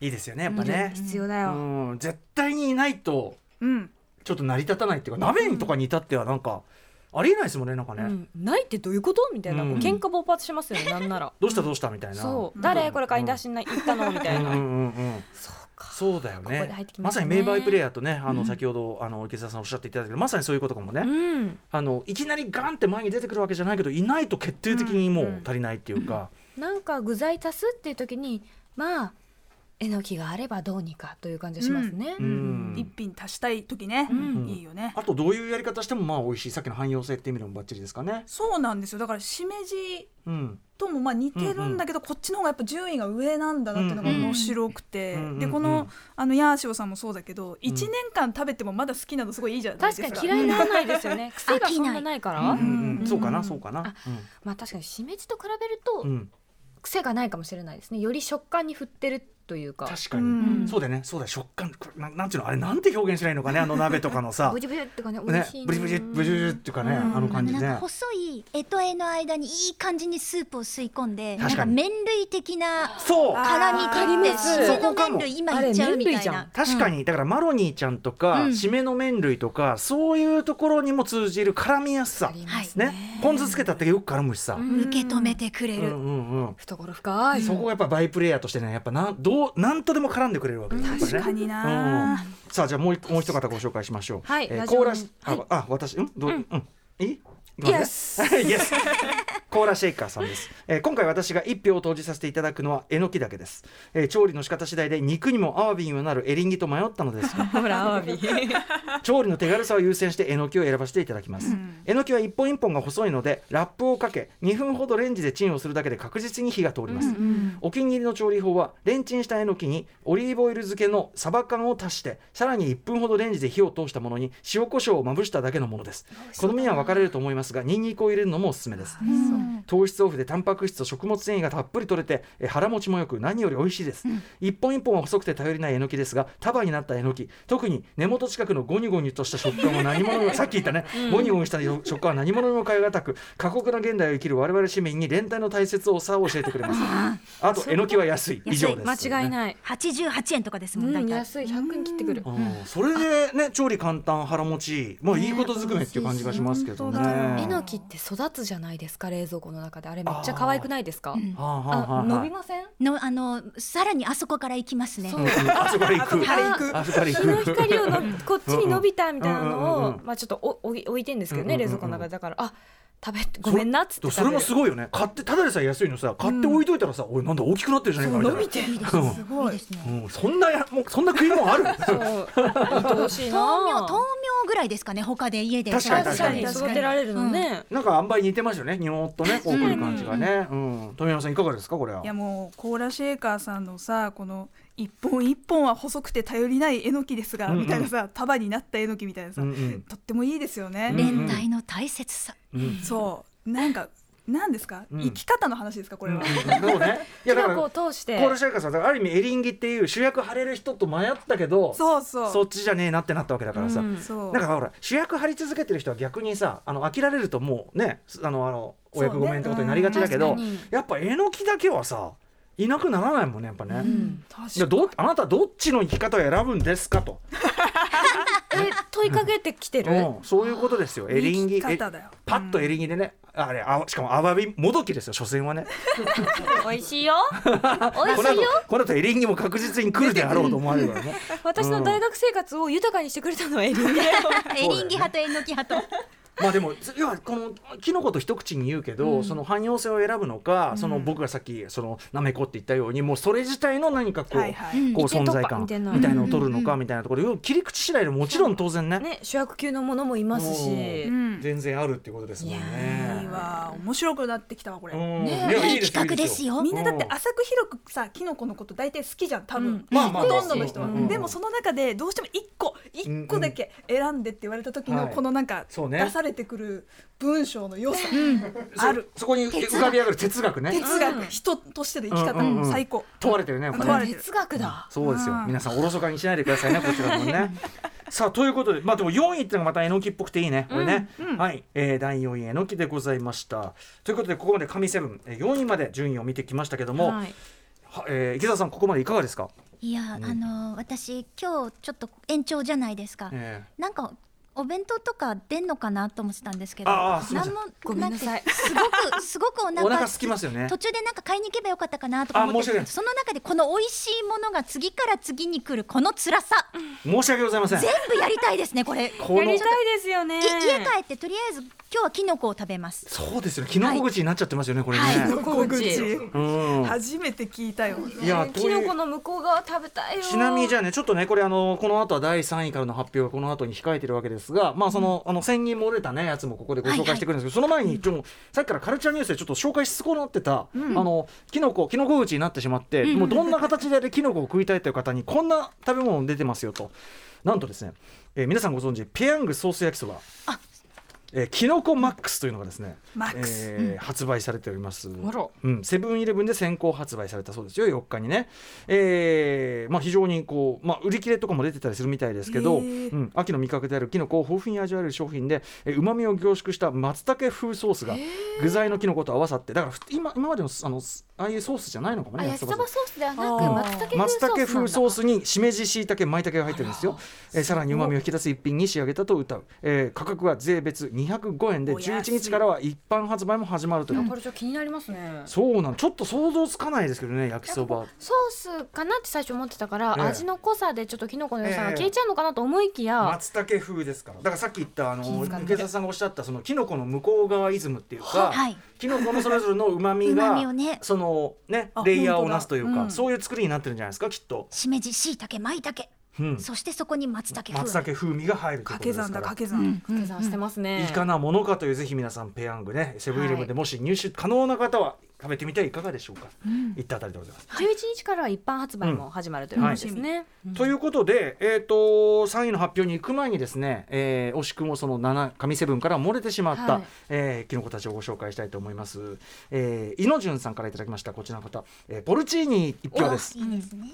Speaker 3: いいですよねやっぱね、
Speaker 4: 必要だ
Speaker 3: う
Speaker 4: よ、
Speaker 3: ん、絶対にいないと
Speaker 5: うん。
Speaker 3: ちょっと成り立たないっていうか鍋とかに至ってはなんかありえないですもんねなんかね、
Speaker 4: うんないってどういうことみたいな、
Speaker 3: うん
Speaker 4: 喧嘩勃発しますよねな んなら
Speaker 3: どうしたどうしたみたいな
Speaker 4: そう誰これ買い出しない行ったのみたいな、
Speaker 3: うんうんうんうん
Speaker 4: そうか
Speaker 3: そうだよ
Speaker 4: ここ
Speaker 3: ね
Speaker 4: で入ってき
Speaker 3: ま
Speaker 4: まし
Speaker 3: さ
Speaker 4: たね
Speaker 3: に名バイプレイヤーとねあの先ほど、あの池澤さんおっしゃっていただいたけどまさにそういうことかもね、
Speaker 4: うん
Speaker 3: あのいきなりガンって前に出てくるわけじゃないけどいないと決定的にも
Speaker 4: うんう
Speaker 3: うん足りないっていうか、
Speaker 4: なんか具材足すっていう時にまあえのきがあればどうにかという感じがしますね。
Speaker 3: うん
Speaker 5: 一品足したい時ね
Speaker 4: う。ん
Speaker 5: いいよね。
Speaker 3: あとどういうやり方してもまあ美味しいさっきの汎用性って意味でもバッチリですかね。
Speaker 5: そうなんですよ。だからしめじ
Speaker 3: うん
Speaker 5: ともまあ似てるんだけど、こっちの方がやっぱ順位が上なんだなっていうのが面白くて、
Speaker 3: うんうん
Speaker 5: でこ
Speaker 3: うんう
Speaker 5: の
Speaker 3: ん
Speaker 5: あのヤーシオさんもそうだけど、一年間食べてもまだ好きなのすごいいいじゃないです
Speaker 4: 確
Speaker 5: か。
Speaker 4: かに嫌いにならないですよ ね。癖がそんなないから。
Speaker 3: うん
Speaker 5: 飽
Speaker 3: うん
Speaker 5: うん
Speaker 3: そうかなそうかな
Speaker 4: あ。まあ確かにしめじと比べると
Speaker 3: うんうん
Speaker 4: 癖がないかもしれないですね。より食感に振ってるというか。
Speaker 3: 確か
Speaker 5: う
Speaker 3: に。
Speaker 5: ん
Speaker 3: そうだよねそうだよ食感これなんなんていうのあれなんて表現しないのかねあの鍋とかのさ
Speaker 4: ブ。ジブジってかね美
Speaker 3: ね
Speaker 4: 味しいね。
Speaker 3: ブリブリブリブリっていうかね
Speaker 5: うん
Speaker 3: あの
Speaker 2: あ
Speaker 3: 感
Speaker 2: の
Speaker 3: じ
Speaker 2: なんか
Speaker 3: ね。
Speaker 2: 細い絵と絵の間にいい感じにスープを吸い込んでなん
Speaker 3: 確
Speaker 2: か
Speaker 3: かに
Speaker 2: 麺類的な
Speaker 3: そう
Speaker 5: あ
Speaker 2: 辛みとって
Speaker 3: あー
Speaker 2: 締め
Speaker 3: そこ
Speaker 2: の
Speaker 3: か
Speaker 2: 麺
Speaker 3: も
Speaker 2: 類今いっちゃうみたい
Speaker 4: あれ麺類じゃん
Speaker 2: な
Speaker 3: 確かに、だからマロニーちゃんとか、
Speaker 2: うん
Speaker 3: 締めの麺類とかそういうところにも通じる絡みやすさ
Speaker 4: あり
Speaker 3: ね
Speaker 4: ます
Speaker 3: ポン酢つけたってよく絡むしさ、うん
Speaker 4: うん
Speaker 2: 受け止めてくれ
Speaker 3: う
Speaker 2: る、
Speaker 3: んうん
Speaker 4: 懐深い。
Speaker 3: そ こがやっぱバイプレイヤーとしてねやっぱなんどうなんとでも絡んでくれるわけですよやっぱりね
Speaker 5: 確かにな、
Speaker 3: うんさあじゃあもう一もう一方ご紹介しましょう。
Speaker 4: はい
Speaker 3: えー
Speaker 4: ラジオ
Speaker 3: コーラスあ、
Speaker 4: はい
Speaker 3: あ私うんどううん、いい。
Speaker 4: イエス。
Speaker 3: イエス。 コーラシェイカーさんです、えー今回私が一票を投じさせていただくのはえのきだけです、えー調理の仕方次第で肉にもアワビにもなるエリンギと迷ったのです が
Speaker 4: ほらアワビ。
Speaker 3: 調理の手軽さを優先してえのきを選ばせていただきます、えのきは一本一本が細いのでラップをかけ2分ほどレンジでチンをするだけで確実に火が通ります、お気に入りの調理法はレンチンしたえのきにオリーブオイル漬けのサバ缶を足してさらに1分ほどレンジで火を通したものに塩コショウをまぶしただけのものです好みは分かれると思いますがニンニクを入れるのもおすすめです糖質オフでタンパク質と食物繊維がたっぷりとれてえ腹持ちもよく何より美味しいです、一本一本は細くて頼りないえのきですが束になったえのき特に根元近くのゴニゴニとした食感は何者に もさっき言ったね、ゴニゴニした食感は何者にも変えがたく過酷な現代を生きる我々市民に連帯の大切さを教えてくれますあとえのきは安い以上です
Speaker 4: 間違い
Speaker 3: い
Speaker 4: ない。
Speaker 2: 88円とかですも
Speaker 4: うん
Speaker 2: 大
Speaker 4: ん
Speaker 2: 体、
Speaker 4: 安い100円切ってくる。
Speaker 3: それでね調理簡単腹持ちいいまあいいことずくめっていう感じがしますけどね。
Speaker 4: えのきって育つじゃないですか冷蔵庫の中であれめっちゃ可愛くないですか
Speaker 3: はあはあは
Speaker 4: あ
Speaker 3: あ
Speaker 4: 伸びません
Speaker 2: のあのさらにあそこから行きますね
Speaker 4: そう
Speaker 3: うんあそこから行く。
Speaker 4: から行く
Speaker 3: あそこから
Speaker 4: 日の
Speaker 3: 行く。
Speaker 4: 光をのこっちに伸びたみたいな
Speaker 3: うんうん
Speaker 4: の
Speaker 3: うん
Speaker 4: を
Speaker 3: う
Speaker 4: まあちょっとおおい置いてんですけどね
Speaker 3: うんうんう
Speaker 4: 冷
Speaker 3: ん
Speaker 4: 蔵庫の中でだからあ食べてごめんなっつって
Speaker 3: そそれもす
Speaker 4: 食
Speaker 3: ごいよね買ってただでさえ安いのさ買って置いといたらさ、おいなんだ大きくなってるじゃないかみたいな伸びてる
Speaker 2: すごいですね
Speaker 3: うん、そんなやもうそんな食い物ある
Speaker 4: べるそう愛おしい
Speaker 2: 豆苗
Speaker 4: な
Speaker 2: 豆苗ぐらいですかね他で家で
Speaker 3: 確
Speaker 4: 確
Speaker 3: か
Speaker 4: か
Speaker 3: に
Speaker 4: に育てられるのね
Speaker 3: なんかあんばい似てますよね日本とねこうくる感じがね、うん、富山さんいかがですかこれはい
Speaker 5: やもうコーラシェーカーさんのさこの一本一本は細くて頼りないえのきですが、
Speaker 3: うんうん
Speaker 5: みたいなさ束になったえのきみたいなさ、
Speaker 3: うんうん
Speaker 5: とってもいいですよね、
Speaker 3: うん
Speaker 2: 連帯の大切さ、
Speaker 3: うん
Speaker 5: そうなんかなんですか、
Speaker 3: うん
Speaker 5: 生き方の話ですかこれは、
Speaker 3: そうねい
Speaker 4: き
Speaker 3: やだか
Speaker 4: な
Speaker 3: ら
Speaker 4: 粉
Speaker 3: コ
Speaker 4: を通して
Speaker 3: ールシャイカーさんだからある意味エリンギっていう主役張れる人と迷ったけど
Speaker 5: そうそう
Speaker 3: そっちじゃねえなってなったわけだからさ、
Speaker 4: うん
Speaker 5: そう
Speaker 3: なんかほら主役張り続けてる人は逆にさあの飽きられるともうねすあのあのお役
Speaker 5: そう
Speaker 3: ご
Speaker 5: ね
Speaker 3: めんってことになりがちだけ
Speaker 4: う
Speaker 3: ど、
Speaker 4: ん確かに
Speaker 3: やっぱえのきだけはさいなくならないもんねやっぱね。
Speaker 4: うん
Speaker 5: 確
Speaker 3: いやどうあなたどっちの生き方を選ぶんですかと、
Speaker 4: え問いかけてきてる
Speaker 3: うん、そういうことですよエリンギ
Speaker 5: 生き方だよ
Speaker 3: えパッとエリンギでね、あれあわしかもアワビもどきですよ所詮はね
Speaker 4: 美味しいよ美
Speaker 3: この
Speaker 4: 味しい
Speaker 3: 後
Speaker 4: よ
Speaker 3: この後エリンギも確実に来るであろうと思われるからね
Speaker 4: 私の大学生活を豊かにしてくれたのはエリンギだよ
Speaker 2: エリンギ派とエノキ派と
Speaker 3: まあでもつ要はこのキノコと一口に言うけど、その汎用性を選ぶのか、その僕がさっきそのなめこって言ったようにもうそれ自体の何かこう,、
Speaker 5: はいはい
Speaker 3: こう
Speaker 4: 一点
Speaker 3: 存
Speaker 4: 突破
Speaker 3: 在感
Speaker 4: み
Speaker 3: み
Speaker 4: た
Speaker 3: た
Speaker 4: い
Speaker 3: い
Speaker 4: な
Speaker 3: なのを取るのかみたいなところ、要は切り口次第でもちろん当然ね
Speaker 6: ね主役級のものもいますし、
Speaker 3: う
Speaker 5: うん
Speaker 3: 全然あるってことですもん
Speaker 5: いい
Speaker 3: ね。
Speaker 5: わ面白くなってきたわこれ、
Speaker 3: うん
Speaker 2: ね
Speaker 3: いやい
Speaker 2: い
Speaker 3: い
Speaker 2: い
Speaker 3: です
Speaker 2: 企画です。よ
Speaker 5: みんなだって浅く広くさキノコのこと大体好きじゃん多分、
Speaker 6: うん
Speaker 3: まあまあ
Speaker 5: ほとんどの人は、
Speaker 3: うんうんうん
Speaker 5: でもその中でどうしても一個一個だけ選んでって言われた時
Speaker 3: うん
Speaker 5: の
Speaker 3: はい
Speaker 5: このなんか
Speaker 3: そうね
Speaker 5: 出されてくる文章の良さ、ある
Speaker 3: そこに浮かび上がる哲学ね。
Speaker 5: 哲学、人としての生き方、
Speaker 3: うんうんうん
Speaker 5: 最高
Speaker 3: 問われてるね。やっぱね
Speaker 5: 問われてる
Speaker 6: 哲学だ
Speaker 3: そうですよ
Speaker 5: う。ん
Speaker 3: 皆さんおろそかにしないでください ね。こちらもね。さあということで、まあでも4位ってのがまたえのきっぽくていいね。これね。はい、えー第4位えのきでございました。ということでここまで神セブンえー4位まで順位を見てきましたけども、
Speaker 4: はい
Speaker 3: はえー池澤さんここまでいかがですか。
Speaker 2: いや、
Speaker 3: うん
Speaker 2: あの私今日ちょっと延長じゃないですか、
Speaker 3: え
Speaker 2: なんかお弁当とか出んのかなと思ってたんですけど
Speaker 3: ああすいません
Speaker 2: も
Speaker 6: ごめんなさい
Speaker 2: くてすごくす ごくお
Speaker 3: ー
Speaker 2: 腹
Speaker 3: お腹空きますよね
Speaker 2: 途。中でなんか買いに行けばよかったかなとか思ってたん
Speaker 3: あ
Speaker 2: ですけどその中でこの美味しいものが次から次に来るこの辛さ
Speaker 3: 申し訳ございません。
Speaker 2: 全部やりたいですねこれ
Speaker 3: こ
Speaker 4: や
Speaker 3: の
Speaker 4: りたいですよね
Speaker 2: い家帰ってとりあえず今日はキノコを食べます
Speaker 3: そうですよね。キノコ口になっちゃってますよね。これね。
Speaker 2: はい
Speaker 5: 小口
Speaker 3: うん。
Speaker 5: 初めて聞いたよ
Speaker 3: いやと
Speaker 4: キ
Speaker 3: い
Speaker 4: ノ
Speaker 3: う
Speaker 4: コの向こう側食べたいよ
Speaker 3: ちなみにじゃあねちょっとねこれあのこの後は第3位からの発表がこの後に控えてるわけですがまあその、あの1000人漏れたねやつもここでご紹介してくるんですけど、その前にちょっとさっきからカルチャーニュースでちょっと紹介し損なってた、あのキノコキノコ口になってしまって、もうどんな形であれキノコを食いたいという方にこんな食べ物出てますよとなんとですね、えー皆さんご存知ペヤングソース焼きそばえー、キノコマックスというのがですね、
Speaker 5: マックス
Speaker 3: えー発売されております。
Speaker 6: あら
Speaker 3: うん、セブンイレブンで先行発売されたそうですよ4日にね、えーまあ、非常にこう、まあ、売り切れとかも出てたりするみたいですけど、
Speaker 5: へー
Speaker 3: うん、秋の味覚であるキノコを豊富に味わえる商品でうまみを凝縮した松茸風ソースが具材のキノコと合わさってだからふ今今までのあのああいうソースじゃないのかも
Speaker 4: あ
Speaker 3: ね
Speaker 4: 焼きそばソースではな
Speaker 5: あ
Speaker 4: く
Speaker 3: 松
Speaker 4: 松茸風ソースなんだ
Speaker 3: 茸風ソースにしめじしいたけまいたけが入ってるんですよ、えーさらにうまみを引き出す一品に仕上げたと歌う、えー価格は税別205円で
Speaker 5: お安い
Speaker 3: 11日からは一般発売も始まるという、
Speaker 6: これちょっと気になりますね
Speaker 3: そうなんちょっと想像つかないですけどね焼きそば
Speaker 4: ソースかなって最初思ってたから、
Speaker 3: ええ
Speaker 4: 味の濃さでちょっとキノコの良さが消えちゃうのかなと思いきや、
Speaker 3: 松茸風ですからだからさっき言ったあの
Speaker 6: 遣い
Speaker 3: 池澤さんがおっしゃったそのキノコの向こう側イズムっていうか、
Speaker 2: はい
Speaker 3: キノコのそれぞれのうまみ
Speaker 2: うまみ
Speaker 3: が
Speaker 2: をね
Speaker 3: そのね
Speaker 5: あ
Speaker 3: レイヤー
Speaker 5: 本
Speaker 3: を
Speaker 5: 当だ
Speaker 3: なすというか、
Speaker 6: うん
Speaker 3: そういう作りになってるんじゃないですかきっと、
Speaker 2: しめじしいたけまいたけ
Speaker 3: うん、
Speaker 2: そしてそこに松茸風
Speaker 3: 松茸風味が入るというこ
Speaker 5: 掛
Speaker 3: とで
Speaker 5: け
Speaker 3: すから
Speaker 5: 算だ掛け算、
Speaker 6: 掛け算してますね、
Speaker 3: いかなものかというぜひ皆さんペヤングねセブンイレブンでもし入手可能な方は食べてみてはいかがでしょうか、いったあたりでございます。
Speaker 4: 11日からは一般発売も始まるということですね。
Speaker 3: ということで、えー、と3位の発表に行く前にですね、えー、惜しくもその7神セブンから漏れてしまった、
Speaker 4: はい
Speaker 3: えーキノコたちをご紹介したいと思います、えー、イノジュンさんからいただきましたこちらの方、えー、ボルチーニ一票です
Speaker 2: いいですね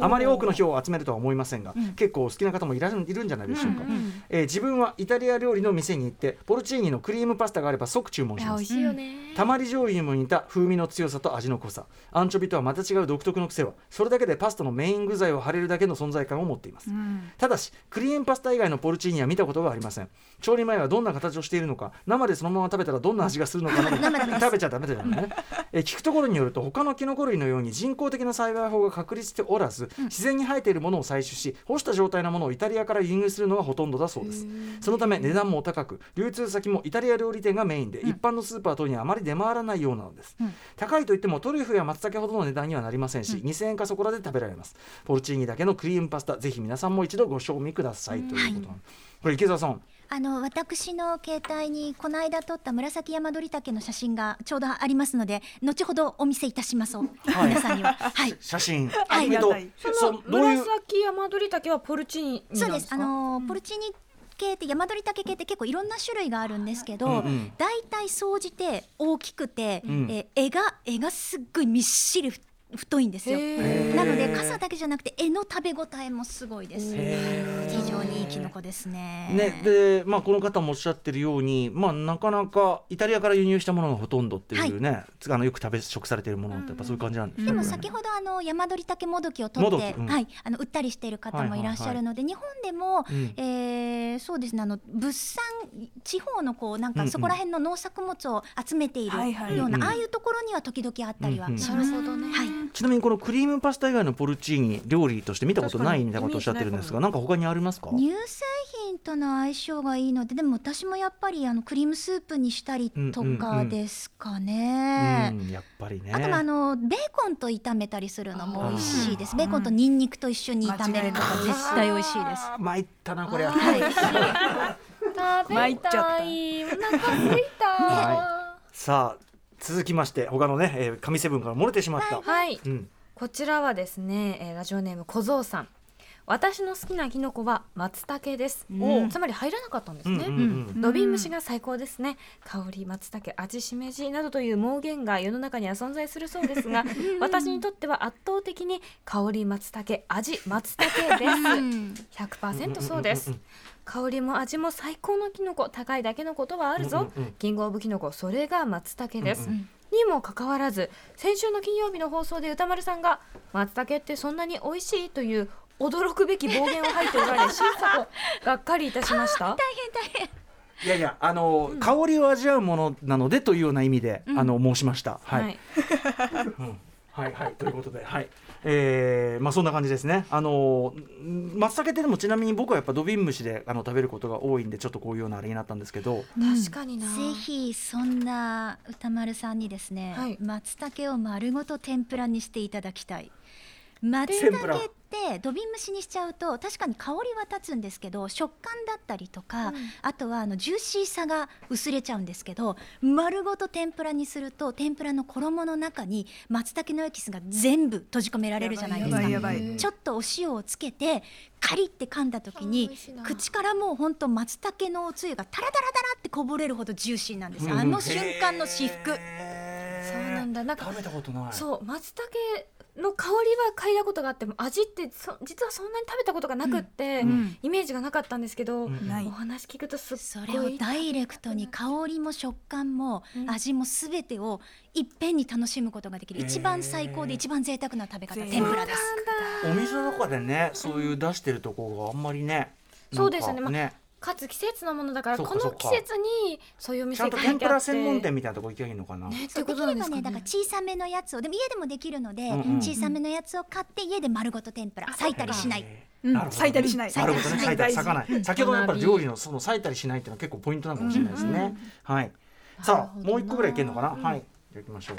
Speaker 3: あまり多くの票を集めるとは思いませんが、結構お好きな方もいらるいるんじゃないでしょうか、えー自分はイタリア料理の店に行ってボルチーニのクリームパスタがあれば即注文
Speaker 4: い
Speaker 3: し
Speaker 4: や
Speaker 3: ま
Speaker 4: 美
Speaker 3: す
Speaker 4: 味しいよね。
Speaker 3: たまり醤油にも似た風味の強さと味の濃さアンチョビとはまた違う独特の癖はそれだけでパスタのメイン具材を貼れるだけの存在感を持っています、ただしクリームパスタ以外のポルチーニは見たことがありません調理前はどんな形をしているのか生でそのまま食べたらどんな味がするのかな ど食べちゃダメだよねえ聞くところによると他のキノコ類のように人工的な栽培法が確立しておらず自然に生えているものを採取し干した状態のものをイタリアから輸入するのがほとんどだそうですそのため値段も高く流通先もイタリア料理店がメインで、一般のスーパー等にはあまり出回らないようなのです、高いといってもトリュフや松茸ほどの値段にはなりませんし、2000円かそこらで食べられますポルチーニだけのクリームパスタぜひ皆さんも一度ご賞味くださいということなんこれ池澤さん
Speaker 2: あの私の携帯にこの間撮った紫山鳥竹の写真がちょうどありますので後ほどお見せいたします
Speaker 3: い
Speaker 2: 皆さんにははい
Speaker 3: 写真
Speaker 2: はい
Speaker 3: えっと
Speaker 5: あり
Speaker 3: そ
Speaker 4: そうの
Speaker 3: どういう
Speaker 4: 紫山鳥竹はポルチーニ
Speaker 2: そ
Speaker 4: な
Speaker 2: うんで
Speaker 4: ですす。
Speaker 2: あ
Speaker 4: か
Speaker 2: のポルチーニ系って山鳥竹系って結構いろんな種類があるんですけど、
Speaker 3: うんうん
Speaker 2: 大体総じて大きくて、
Speaker 3: ん
Speaker 2: えー絵が絵がすっごいみっしりふ太いんですよ
Speaker 4: へー
Speaker 2: なので傘だけじゃなくて絵の食べ応えもすごいです
Speaker 3: へー
Speaker 2: 非常にいいキノコですね
Speaker 3: ね、で、まあ、この方もおっしゃってるように、まあ、なかなかイタリアから輸入したものがほとんどっていうね、つあのよく食べ食されてるものってやっぱそういう感じなんですね
Speaker 2: でも
Speaker 3: これね
Speaker 2: 先ほどあの山鳥竹もどきを取
Speaker 3: も
Speaker 2: っ
Speaker 3: どき
Speaker 2: て、
Speaker 3: うん
Speaker 2: はい、あの売ったりしている方もいらっしゃるので、日本でも、
Speaker 3: ん
Speaker 2: えーそうですねあの物産地方のこうなん
Speaker 3: うんう
Speaker 2: か
Speaker 3: ん
Speaker 2: そこら辺の農作物を集めている
Speaker 5: はいはい
Speaker 2: よう
Speaker 3: うんうん
Speaker 2: なああいうところには時々あったりは
Speaker 3: うんうん
Speaker 2: し
Speaker 4: な
Speaker 2: ま
Speaker 4: る
Speaker 2: す。
Speaker 4: ほどね。
Speaker 2: はい
Speaker 3: ちなみにこのクリームパスタ以外のポルチーニ料理として見たことないみたいなことをおっしゃってるんですがなんか他にありますか
Speaker 2: 乳製ンとの相性がいいのででも私もやっぱりあのクリームスープにしたりとかですかね。
Speaker 3: うんやっぱりね
Speaker 2: あとはあのベーコンと炒めたりするのも美味しいです。ベーコンとニンニクと一緒に炒めるのが絶対美味しいです。
Speaker 3: あー参ったなこれは
Speaker 4: 食
Speaker 5: 参
Speaker 4: べ
Speaker 5: っちゃった
Speaker 4: たいお腹すいた
Speaker 3: はさあ続きまして他のね、えー、神セブンから漏れてしまった、
Speaker 4: はい
Speaker 3: うん、
Speaker 4: こちらはですね、えーラジオネーム小僧さん私の好きなキノコは松茸です、つまり入らなかったんです
Speaker 3: うんうん
Speaker 4: ね、
Speaker 3: うん
Speaker 4: ロビン虫が最高ですね香り松茸味しめじなどという盲言が世の中には存在するそう ですが私にとっては圧倒的に香り松茸味松茸です100%そうです香りも味も最高のキノコ高いだけのことはあるぞ、
Speaker 3: うんうんうん
Speaker 4: キングオブキノコそれが松茸です、
Speaker 3: うん
Speaker 4: にもかかわらず先週の金曜日の放送で歌丸さんが「松茸ってそんなに美味しい?」という驚くべき暴言を吐いておられ審査とがっかりいたしました
Speaker 3: いやいやあの、香りを味わうものなのでというような意味で、あの申しましたはい、
Speaker 4: はい
Speaker 3: はいはいということで、はいえーまあ、そんな感じですね、あのん松茸ってでもちなみに僕はやっぱドビンムシであの食べることが多いんで、ちょっとこういうようなあれになったんですけど、
Speaker 4: 確かにな
Speaker 2: ぜひそんな歌丸さんにですね、
Speaker 4: はい
Speaker 2: 松茸を丸ごと天ぷらにしていただきたい松
Speaker 3: 天ぷら
Speaker 2: 茸って土瓶蒸しにしちゃうと確かに香りは立つんですけど食感だったりとか、あとはあのジューシーさが薄れちゃうんですけど丸ごと天ぷらにすると天ぷらの衣の中に松茸のエキスが全部閉じ込められるじゃないですか
Speaker 5: やばいやばい。
Speaker 2: ちょっとお塩をつけてカリって噛んだ時に口からもうほんと松茸のおつゆがタラタラタラってこぼれるほどジューシーなんですよ、
Speaker 3: うん
Speaker 2: あの瞬間の至福
Speaker 4: そうなんだなんか
Speaker 3: 食べたことない
Speaker 4: そう松茸の香りは嗅いだことがあっても味ってそ実はそんなに食べたことがなくって、
Speaker 5: うん
Speaker 4: イメージがなかったんですけど、
Speaker 3: うん
Speaker 5: ない
Speaker 4: お話聞くとすっ
Speaker 2: そ
Speaker 4: ごい
Speaker 2: れをダイレクトに香りも食感も
Speaker 4: うん
Speaker 2: 味も全てをいっぺんに楽しむことができる、
Speaker 3: へー
Speaker 2: 一番最高で一番贅沢な食べ方
Speaker 5: 贅沢
Speaker 2: 天ぷらです
Speaker 3: お店とかでね、そういう出してるとこがあんまりね、なんか
Speaker 4: そうですよねまあ
Speaker 3: ね
Speaker 4: かつ季節のものだから
Speaker 3: そうか
Speaker 4: こ
Speaker 3: そう
Speaker 4: の
Speaker 3: か
Speaker 4: 季節にそういうお
Speaker 3: ち
Speaker 4: 店
Speaker 3: ゃ
Speaker 4: が
Speaker 3: んと
Speaker 4: 書い
Speaker 3: 天
Speaker 4: て
Speaker 3: ぷ
Speaker 4: あ
Speaker 3: ら
Speaker 4: って
Speaker 3: 専門店みたいなとこ行きゃいいのかな。
Speaker 4: ねって
Speaker 2: そ
Speaker 4: いうう
Speaker 2: で
Speaker 4: こ
Speaker 2: き
Speaker 4: とな
Speaker 2: れ
Speaker 4: んで
Speaker 2: ば
Speaker 4: すか
Speaker 2: ね
Speaker 4: ね
Speaker 2: だから小さめのやつをでも家でもできるので、
Speaker 3: うんうん
Speaker 2: 小さめのやつを買って家で丸ごと天ぷら裂いたりしない、
Speaker 3: え
Speaker 5: う
Speaker 3: ー
Speaker 5: ん
Speaker 3: なるほど
Speaker 5: 咲いたりしない
Speaker 3: なるほどね、
Speaker 5: 咲
Speaker 3: 咲い
Speaker 5: い
Speaker 3: た
Speaker 5: た
Speaker 3: り
Speaker 5: り
Speaker 3: 咲かない。先ほどやっぱり料理のその咲いたりしないっていうのは結構ポイントなのかもしれないですね。はい。さあもう一個ぐらいいけるのかな。はい。じゃあ行きましょう。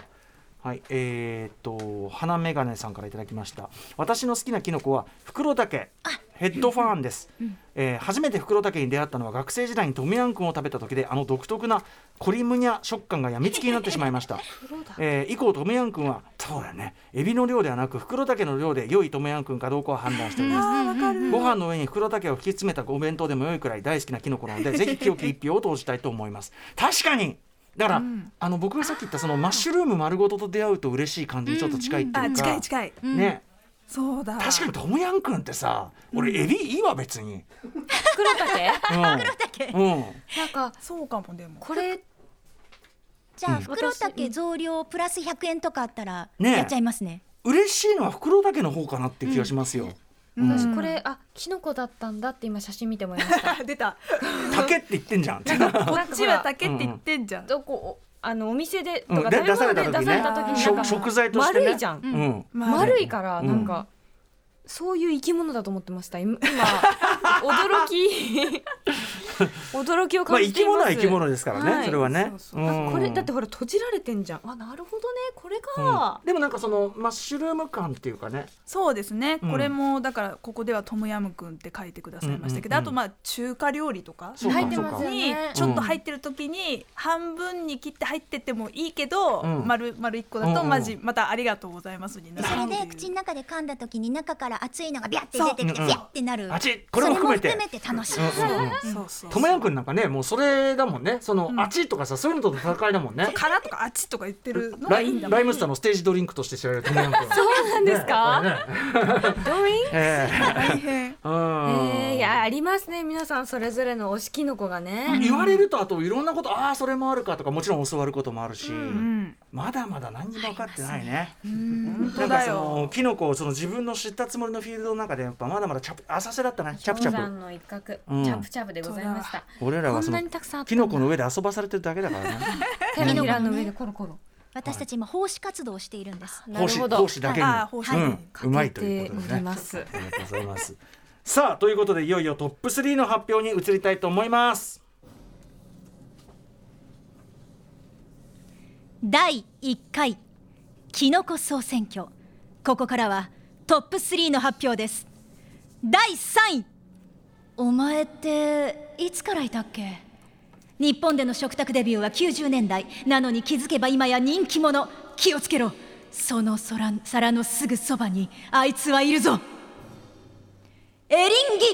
Speaker 3: はい、えーっと花眼鏡さんからいただきました私の好きなキノコはフクロタケヘッドファーンです、えー初めてフクロタケに出会ったのは学生時代にトムヤンクンを食べた時であの独特なコリムニャ食感がやみつきになってしまいました、えー以降トムヤンクンはそうだねエビの量ではなくフクロタケの量で良いトムヤンクンかどうかを判断しておりますご飯の上に袋竹を引き詰めたお弁当でも良いくらい大好きなキノコな のでぜひ清き一票を投じたいと思います確かにだから、あの僕がさっき言ったそのマッシュルーム丸ごとと出会うと嬉しい感じにちょっと近いっていうか、
Speaker 5: あ近い近い。
Speaker 3: ね
Speaker 5: そうだ。
Speaker 3: 確かにトムヤンくんってさ俺エビいいわ別 に、
Speaker 4: 黒竹
Speaker 3: うん、うん
Speaker 4: なんか
Speaker 5: そうかもでも。
Speaker 4: これ
Speaker 2: じゃあ
Speaker 3: うん
Speaker 2: 袋竹増量プラス100円とかあったら
Speaker 3: ねえ
Speaker 2: やっちゃいますね
Speaker 3: 嬉しいのは袋竹の方かなっていう気がしますよ、
Speaker 4: 私これあキノコだったんだって今写真見て思いました
Speaker 5: 出た。
Speaker 3: 竹って言ってんじゃん
Speaker 5: こ
Speaker 4: こ
Speaker 5: っちは竹って言ってんじゃん。
Speaker 4: どこあのお店で
Speaker 3: う
Speaker 4: と
Speaker 3: ん
Speaker 4: か
Speaker 3: で
Speaker 4: 食べ物で出された時になんか
Speaker 3: 食食材としてね
Speaker 4: 丸いじゃん
Speaker 3: うん
Speaker 5: まあ
Speaker 4: 丸いからなんかそういう生き物だと思ってました今今 驚き驚きを
Speaker 3: まあ
Speaker 4: 感
Speaker 3: 生
Speaker 4: じ
Speaker 3: き
Speaker 4: ています
Speaker 3: 物は生き物ですからね、
Speaker 4: はい
Speaker 3: それはねうん
Speaker 4: これだってほら閉じられてんじゃんあなるほどねこれ
Speaker 3: うん
Speaker 4: か
Speaker 3: でもなんかそのマッシュルーム感っていうかね
Speaker 5: そうですね、
Speaker 3: うん
Speaker 5: これもだからここではトムヤムクンって書いてくださいましたけど、
Speaker 3: うんうんうん
Speaker 5: あとまあ中華料理とか
Speaker 3: そうか
Speaker 4: 入ってますよ
Speaker 5: に
Speaker 4: ね
Speaker 5: ちょっと入ってる時に半分に切って入っててもいいけど、
Speaker 3: うん
Speaker 5: 丸丸一個だ
Speaker 3: うんう
Speaker 5: と
Speaker 3: ん
Speaker 5: マジまたありがとうございますになる
Speaker 2: それ
Speaker 5: っていう
Speaker 2: で口の中で噛んだ時に中から熱いのがビャって出てきて
Speaker 3: そう
Speaker 2: ビャってなる
Speaker 3: あちこれも含めて
Speaker 2: それも含めて楽しい
Speaker 3: うんうんうん
Speaker 5: そうそう
Speaker 3: トムヤンくんなんかねもうそれだもんねその、あちとかさそういうのとの戦いだもんね
Speaker 5: 殻とかあっちとか言ってるのが
Speaker 3: ラ
Speaker 5: いいん
Speaker 3: イ
Speaker 5: だ
Speaker 3: ン
Speaker 5: もん
Speaker 3: ライムスターのステージドリンクとして知られるトムヤンくんそうなん
Speaker 4: ですかドイン
Speaker 3: え
Speaker 5: 大変
Speaker 3: えうん
Speaker 4: えー、いやありますね皆さんそれぞれの推しキノコがね、
Speaker 3: 言われるとあといろんなことああそれもあるかとかもちろん教わることもあるし、
Speaker 5: うん
Speaker 3: まだまだ何にも分かってないね
Speaker 5: 本
Speaker 3: な
Speaker 5: 当
Speaker 3: んか
Speaker 5: だ
Speaker 3: その
Speaker 5: よ
Speaker 3: キノコをその自分の知ったつもりのフィールドの中でやっぱまだまだチャプ浅瀬だったなチャプチャ
Speaker 4: 氷
Speaker 3: プ
Speaker 4: 山の一角、
Speaker 3: うん
Speaker 4: チャプチャプでございました
Speaker 3: 俺ら
Speaker 4: こ
Speaker 3: はそ
Speaker 4: ん
Speaker 3: の
Speaker 4: なにたくさんあった
Speaker 3: キノコの上で遊ばされてるだけだからね
Speaker 4: 手のひらの上でコロコロ
Speaker 2: 私たち今奉仕活動をしているんです
Speaker 4: な
Speaker 3: 奉
Speaker 4: る
Speaker 3: 仕
Speaker 4: ほ
Speaker 3: 奉
Speaker 4: ど
Speaker 3: 仕だけに、
Speaker 5: あー奉仕
Speaker 3: うん、うまいということで
Speaker 4: かけており
Speaker 3: ね
Speaker 4: ます
Speaker 3: ありがとうございますさあということでいよいよトップ3の発表に移りたいと思います
Speaker 2: 第1回キノコ総選挙ここからはトップ3の発表です第3位お前っていつからいたっけ日本での食卓デビューは90年代なのに気づけば今や人気者気をつけろその空皿のすぐそばにあいつはいるぞエリンギ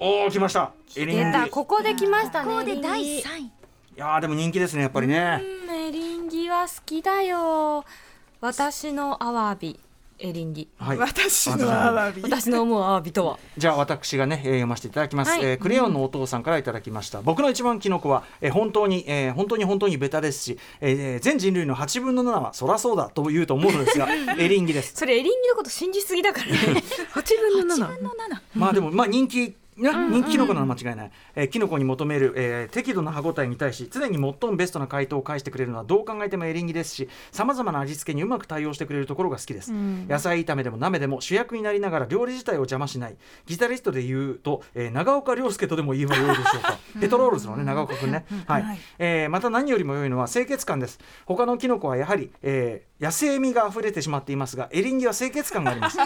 Speaker 3: おお来ましたエリンギい
Speaker 4: 出たここで来ましたね
Speaker 2: ここで第3位
Speaker 3: やーでも人気ですねやっぱりね
Speaker 4: うんエリンギは好きだよ私のアワビエリンギ
Speaker 3: はい
Speaker 5: 私のアワビ
Speaker 4: 私の思うアワビとは
Speaker 3: じゃあ私がね、えー読ませていただきます、
Speaker 4: はい
Speaker 3: えークレヨンのお父さんからいただきました、僕の一番キノコは、えー本当に、えー本当に本当にベタですし、えー全人類の8分の7はそらそうだと言うと思うの ですがエリンギです
Speaker 4: それエリンギのこと信じすぎだ からね8分の7
Speaker 3: まあでもまあ人気な人気キノコなのは間違いない、えーキノコに求める、えー適度な歯ごたえに対し常に最もベストな回答を返してくれるのはどう考えてもエリンギですしさまざまな味付けにうまく対応してくれるところが好きです、野菜炒めでも鍋でも主役になりながら料理自体を邪魔しないギタリストで言うと、えー長岡亮介とでも言えばよいでしょう かペトロールズのね長岡君ね、はい
Speaker 5: はい
Speaker 3: えーまた何よりも良いのは清潔感です他のキノコはやはり、えー野生味が溢れてしまっていますがエリンギは清潔感があります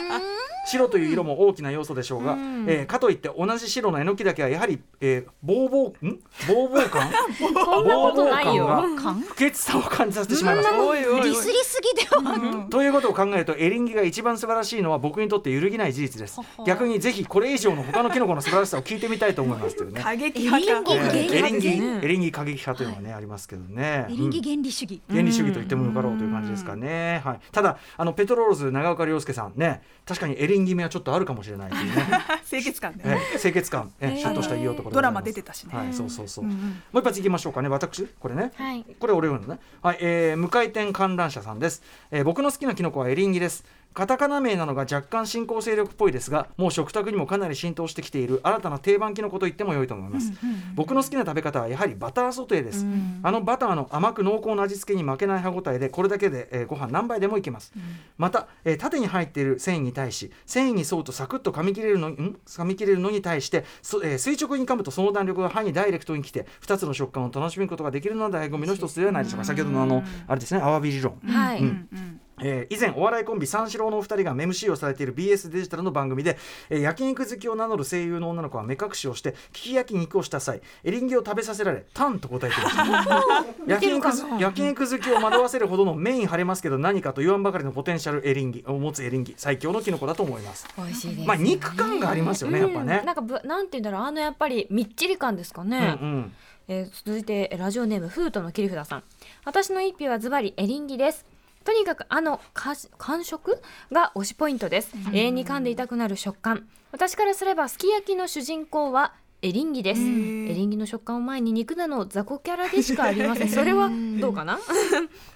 Speaker 3: 白という色も大きな要素でしょうが、えーかといって同じ白のえのきだけはやはり、えー、ボーボーんボーボー感
Speaker 4: そんなことないよ
Speaker 3: ボーボー感が不潔さを感じさせてしまいます
Speaker 5: おいおいおい
Speaker 2: ディスりすぎでは
Speaker 3: ということを考えるとエリンギが一番素晴らしいのは僕にとって揺るぎない事実です逆にぜひこれ以上の他のキノコの素晴らしさを聞いてみたいと思いますという ね
Speaker 5: 過激派か
Speaker 3: えーエリンギ
Speaker 4: 激派ですね
Speaker 3: エリンギ過激派というのはね、ありますけどね
Speaker 2: エリンギ原理主義
Speaker 3: 原理主義と言ってもよかろうという感じですかね。はい、ただあのペトロールズ長岡亮介さんね確かにエリンギ目はちょっとあるかもしれないというね、
Speaker 5: 清潔感
Speaker 3: え
Speaker 5: ね
Speaker 3: え清潔感、ええちゃんとしたいい男でご
Speaker 5: ド
Speaker 3: ざ
Speaker 5: ラ
Speaker 3: います
Speaker 5: マ出てたしね
Speaker 3: はい、そうそうそう。もう一発いきましょうかね。私これね。
Speaker 4: はい
Speaker 3: これ俺読むのね。はい、えー、無回転観覧車さんです、えー僕の好きなキノコはエリンギです。カタカナ名なのが若干進行勢力っぽいですが、もう食卓にもかなり浸透してきている新たな定番キノコと言っても良いと思います。僕の好きな食べ方はやはりバターソテーです。あのバターの甘く濃厚な味付けに負けない歯ごたえで、これだけで、えーご飯何杯でもいけます。また、えー縦に入っている繊維に対し、繊維に沿うとサクッと噛み切れるのに、ん噛み切れるのに対して、そえー垂直に噛むとその弾力が歯にダイレクトに来て、2つの食感を楽しむことができるのが醍醐味の一つではないでしょうか。先ほどのあの、あれですね、アワビ理論。
Speaker 4: はい、
Speaker 5: うんうん
Speaker 3: えー以前お笑いコンビ三四郎のお二人が MC をされている BS デジタルの番組で、えー焼肉好きを名乗る声優の女の子は目隠しをして利き焼肉をした際エリンギを食べさせられタンと答えていました 焼肉好き焼肉好きを惑わせるほどのメイン晴れますけど何かと言わんばかりのポテンシャルエリンギを持つエリンギ最強のキノコだと思います
Speaker 4: 美味しいです
Speaker 3: まあ肉感がありますよねやっぱ
Speaker 4: う
Speaker 3: ね
Speaker 4: ん、なんかぶなんて言うんだろうあのやっぱりみっちり感ですか
Speaker 3: うんう
Speaker 4: ね、
Speaker 3: ん、
Speaker 4: えー続いてえーラジオネームフートの切り札さん私の一票はズバリエリンギですとにかくあのかし感触が推しポイントです永遠に噛んでいたくなる食感私からすればすき焼きの主人公はエリンギですエリンギの食感を前に肉なの雑魚キャラでしかありませんそれはどうかな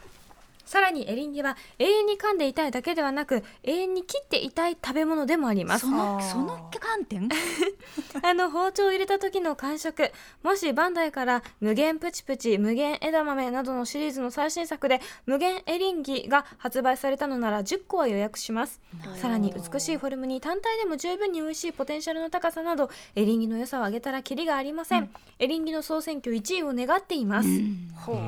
Speaker 4: さらにエリンギは永遠に噛んでいたいだけではなく永遠に切っていたい食べ物でもあります
Speaker 2: その
Speaker 5: あー
Speaker 2: その観点
Speaker 4: あの包丁を入れた時の感触もしバンダイから「無限プチプチ」「無限枝豆」などのシリーズの最新作で「無限エリンギ」が発売されたのなら10個は予約しますさらに美しいフォルムに単体でも十分に美味しいポテンシャルの高さなどエリンギの良さを上げたらキリがありません、エリンギの総選挙1位を願っています、好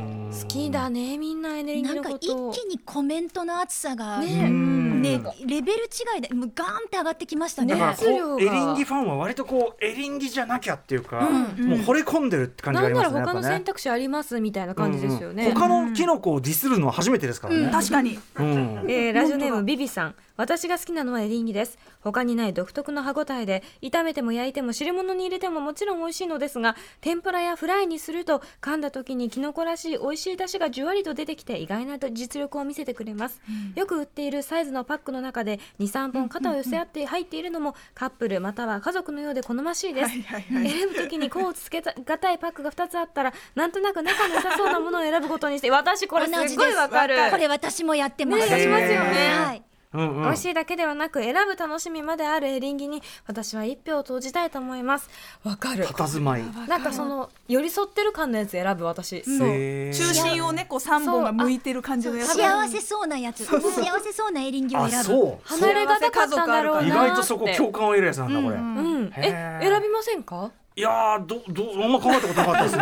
Speaker 4: きだねみんなエリン
Speaker 2: な
Speaker 4: ギ
Speaker 2: ん
Speaker 4: の
Speaker 2: か
Speaker 4: こ
Speaker 2: 一
Speaker 4: と
Speaker 2: 気にコメントの厚さが
Speaker 4: ねえ
Speaker 3: うん
Speaker 2: ねレベル違いでもうガーンって上がってきましたね
Speaker 3: だからこ
Speaker 4: 熱量
Speaker 3: う
Speaker 4: が
Speaker 3: エリンギファンは割とこうエリンギじゃなきゃっていうか、もう惚れ込んでるって感じがあ
Speaker 4: なん
Speaker 3: り
Speaker 4: な
Speaker 3: ま
Speaker 4: ら
Speaker 3: すねやっ
Speaker 4: 他
Speaker 3: ぱ
Speaker 4: の
Speaker 3: ね
Speaker 4: 選択肢ありますみたいな感じですよね、
Speaker 3: うんうん他のキノコをディスるのは初めてですからね。
Speaker 5: 確かに
Speaker 3: うん
Speaker 4: えーラジオネームビビさん私が好きなのはエリンギです他にない独特の歯ごたえで炒めても焼いても汁物に入れてももちろん美味しいのですが天ぷらやフライにすると噛んだ時にキノコらしい美味しい出汁がじゅわりと出てきて意外な実力を見せてくれます、よく売っているサイズのパックの中で23本肩を寄せ合って入っているのもカップルまたは家族のようで好ましいです、選ぶときにこうつけたがたいパックが2つあったらなんとなく仲の良さそうなものを選ぶことにして私これすっごいわかる
Speaker 2: これ私もやってます
Speaker 4: ねえや
Speaker 3: りますよね
Speaker 2: はい
Speaker 3: うんうん
Speaker 4: 美味しいだけではなく選ぶ楽しみまであるエリンギに私は一票を投じたいと思いますわかる
Speaker 3: 佇まい
Speaker 4: なんかその寄り添ってる感のやつ選ぶ私
Speaker 5: うん
Speaker 3: へー
Speaker 5: 中心をねこう三本が向いてる感じのやつ
Speaker 2: 幸せそうなやつ幸せそうなエリンギを
Speaker 3: あ
Speaker 2: 選ぶ
Speaker 3: そ
Speaker 4: 離れがたかったんだろ
Speaker 3: う
Speaker 4: うなーって
Speaker 3: 意外とそこ共感を得るやつなんだこれ、
Speaker 4: うんえ
Speaker 3: へー
Speaker 4: 選びませんか
Speaker 3: いやーどどあんま考えたことなかったです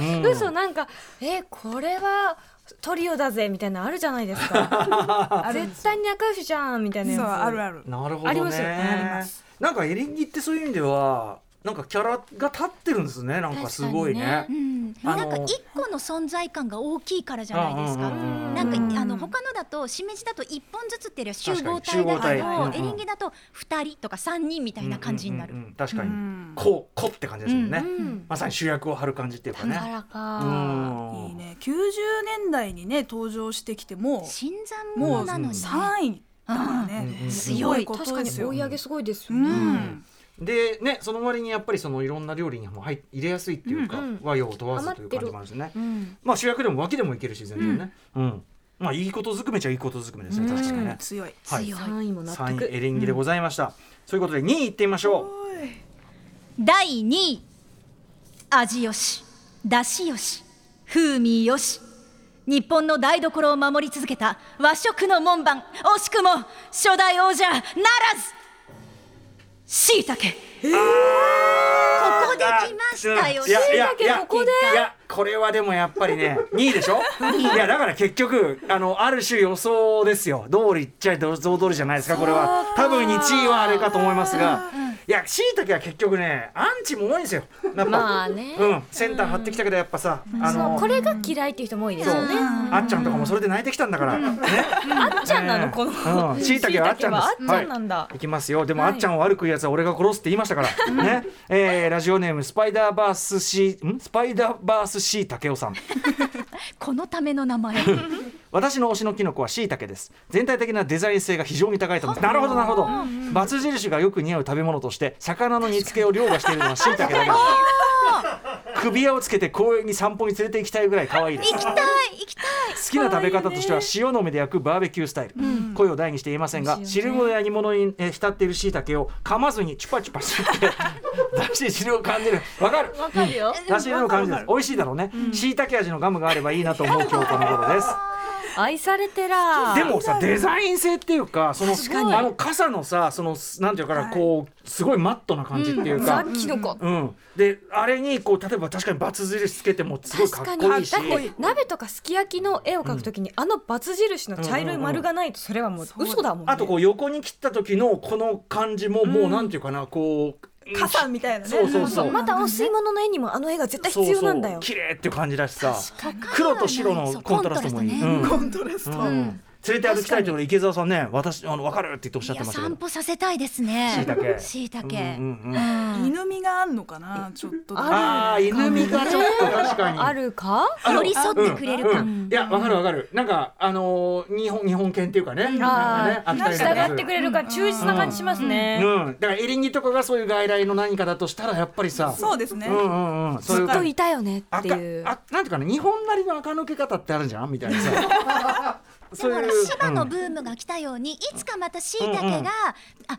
Speaker 3: ね、うん
Speaker 4: 嘘なんかえこれはトリオだぜみたいなのあるじゃないですか
Speaker 5: あるんで
Speaker 4: 絶
Speaker 5: す
Speaker 4: 対に仲良しじゃんみたいなやつ
Speaker 5: そうあるある
Speaker 3: なるほどね
Speaker 4: ありますよねありま
Speaker 3: なんかエリンギってそういう意味ではなんかキャラが立ってるんですねなんかすごいね
Speaker 2: うん、
Speaker 3: あの
Speaker 2: なんか一個の存在感が大きいからじゃないですか。
Speaker 3: うんうんうんうん
Speaker 2: なん
Speaker 4: うん
Speaker 2: かあの他のだとしめじだと一本ずつっていうよりは集合
Speaker 3: 確かに集
Speaker 2: 体
Speaker 3: 合
Speaker 2: だ
Speaker 3: 体
Speaker 2: けど、
Speaker 3: はい
Speaker 2: エリンギだと二人とか三人みたいな感じになる。
Speaker 3: うんうんうんうん確かに、
Speaker 5: うん
Speaker 3: こうこって感じですもんね、
Speaker 4: うん
Speaker 3: まさに主役を張る感じっていうかね
Speaker 4: だから
Speaker 3: う
Speaker 4: か
Speaker 3: ん
Speaker 5: いいね90年代にね登場してきても
Speaker 2: 新参
Speaker 5: も
Speaker 2: 者
Speaker 5: う
Speaker 2: なのにね、
Speaker 5: 3位だからね
Speaker 3: うん
Speaker 5: すごいこと
Speaker 6: 確か
Speaker 5: で
Speaker 6: に
Speaker 5: すよ
Speaker 6: 追い上げすごいです
Speaker 5: う
Speaker 6: よね。
Speaker 5: ん
Speaker 3: でねその割にやっぱりそのいろんな料理にも入入れやすいっていうか、
Speaker 4: うんうん
Speaker 3: 和洋問わずという感じもあるしね、まあ主役でも脇でもいけるし全然ね、うんまあいいことずくめちゃいいことずくめですね確かにね、
Speaker 5: 強い
Speaker 3: はい
Speaker 2: 強い
Speaker 6: 3位も納
Speaker 3: 3
Speaker 6: 得。
Speaker 3: 位エリンギでございました、そういうことで2位いってみましょう
Speaker 2: 第2位味よしだしよし風味よし日本の台所を守り続けた和食の門番惜しくも初代王者ならずしいたけここで来ましたよ
Speaker 3: いやいやい
Speaker 4: 椎
Speaker 3: や
Speaker 4: 茸ここで
Speaker 3: いやこれはでもやっぱりね 2位でしょいやだから結局あのある種予想ですよ通りっちゃど像通りじゃないですかこれは多分1位はあれかと思いますが、いやしいたけは結局ねアンチも多いんですよやっぱ、
Speaker 4: まあね
Speaker 3: うん、センター張ってきたけどやっぱさ、あの
Speaker 4: これが嫌いっていう人も多いです
Speaker 3: そう
Speaker 4: よね
Speaker 3: あっちゃんとかもそれで泣いてきたんだから、ね
Speaker 4: あっちゃんな
Speaker 3: う
Speaker 4: の
Speaker 3: ん
Speaker 4: こ
Speaker 3: う
Speaker 4: の
Speaker 3: ん椎茸はあっちゃんです
Speaker 4: 椎茸はあっちゃんなんだ
Speaker 3: いきますよでも、あっちゃんを悪く言うやつは俺が殺すって言いましたからね、えーラジオネームスパイダーバースシーんスパイダーバースシータケオさん
Speaker 2: このための名前
Speaker 3: 私の推しのキノコは椎茸です全体的なデザイン性が非常に高いと思いますなるほどなるほどバツ印がよく似合う食べ物として魚の煮付けを凌駕しているのは椎茸だけです首輪をつけて公園に散歩に連れて行きたいぐらい可愛いです
Speaker 2: 行きたい行きたい
Speaker 3: 好きな食べ方としては塩のみで焼くバーベキュースタイル、声を大にして言えませんが、汁物や煮物にえー浸っている椎茸を噛まずにチュパチュパして出汁汁を感じるわかる
Speaker 4: わかるよ
Speaker 3: 出汁汁を感じる美味しいだろうね、椎茸味のガムがあればいいなと思う今日この頃です
Speaker 4: 愛されてら
Speaker 3: でもさデザイン性っていうかそのあの傘のさそのなんていうかな、こうすごいマットな感じっていうか、
Speaker 4: キノコ
Speaker 3: うん、であれにこう例えば確かにバツ印つけてもすごいかっこいいし
Speaker 4: だって鍋とかすき焼きの絵を描くときにあのバツ印の茶色い丸がないとそれはもう嘘だもんね
Speaker 3: あとこう横に切った時のこの感じももうなんていうかな、こう
Speaker 5: 傘みたいなね
Speaker 3: そうそうそう
Speaker 4: またお吸い物の絵にもあの絵が絶対必要なんだよ
Speaker 3: そうそう綺麗っていう感じだしさ
Speaker 2: かに
Speaker 3: 黒と白のコントラストもいい、
Speaker 2: そう
Speaker 3: うん
Speaker 5: コントラスト
Speaker 3: うん連れて歩きたいところ池澤さんね私あの分かるって言っておっしゃっ
Speaker 2: い
Speaker 3: て
Speaker 2: や
Speaker 3: ましたけど
Speaker 2: 散歩させたいですね
Speaker 3: 椎茸
Speaker 2: しいた
Speaker 3: うんうんうん
Speaker 5: 犬味があんのかなちょっとだけ
Speaker 3: あー犬味がちょっと確かに
Speaker 4: あるか
Speaker 3: あの
Speaker 2: 寄り添ってくれる感
Speaker 3: うんうんいやわかるわかるなんかあのー日本日本犬っていうかね、なんかねあったりとか
Speaker 4: 従ってくれるから忠実な感じしますね
Speaker 3: うん、だからエリンギとかがそういう外来の何かだとしたらやっぱりさ
Speaker 5: そうですね
Speaker 3: うんうんうん、そうい
Speaker 4: ず
Speaker 3: う
Speaker 4: っといたよねって
Speaker 3: 赤
Speaker 4: いう
Speaker 3: あなんていうかな日本なりの垢抜け方ってあるじゃんみたいなさそういう
Speaker 2: 今の
Speaker 3: うん
Speaker 2: ブームが来たように、いつかまたしいたけが、
Speaker 3: うんう
Speaker 2: あ
Speaker 3: ん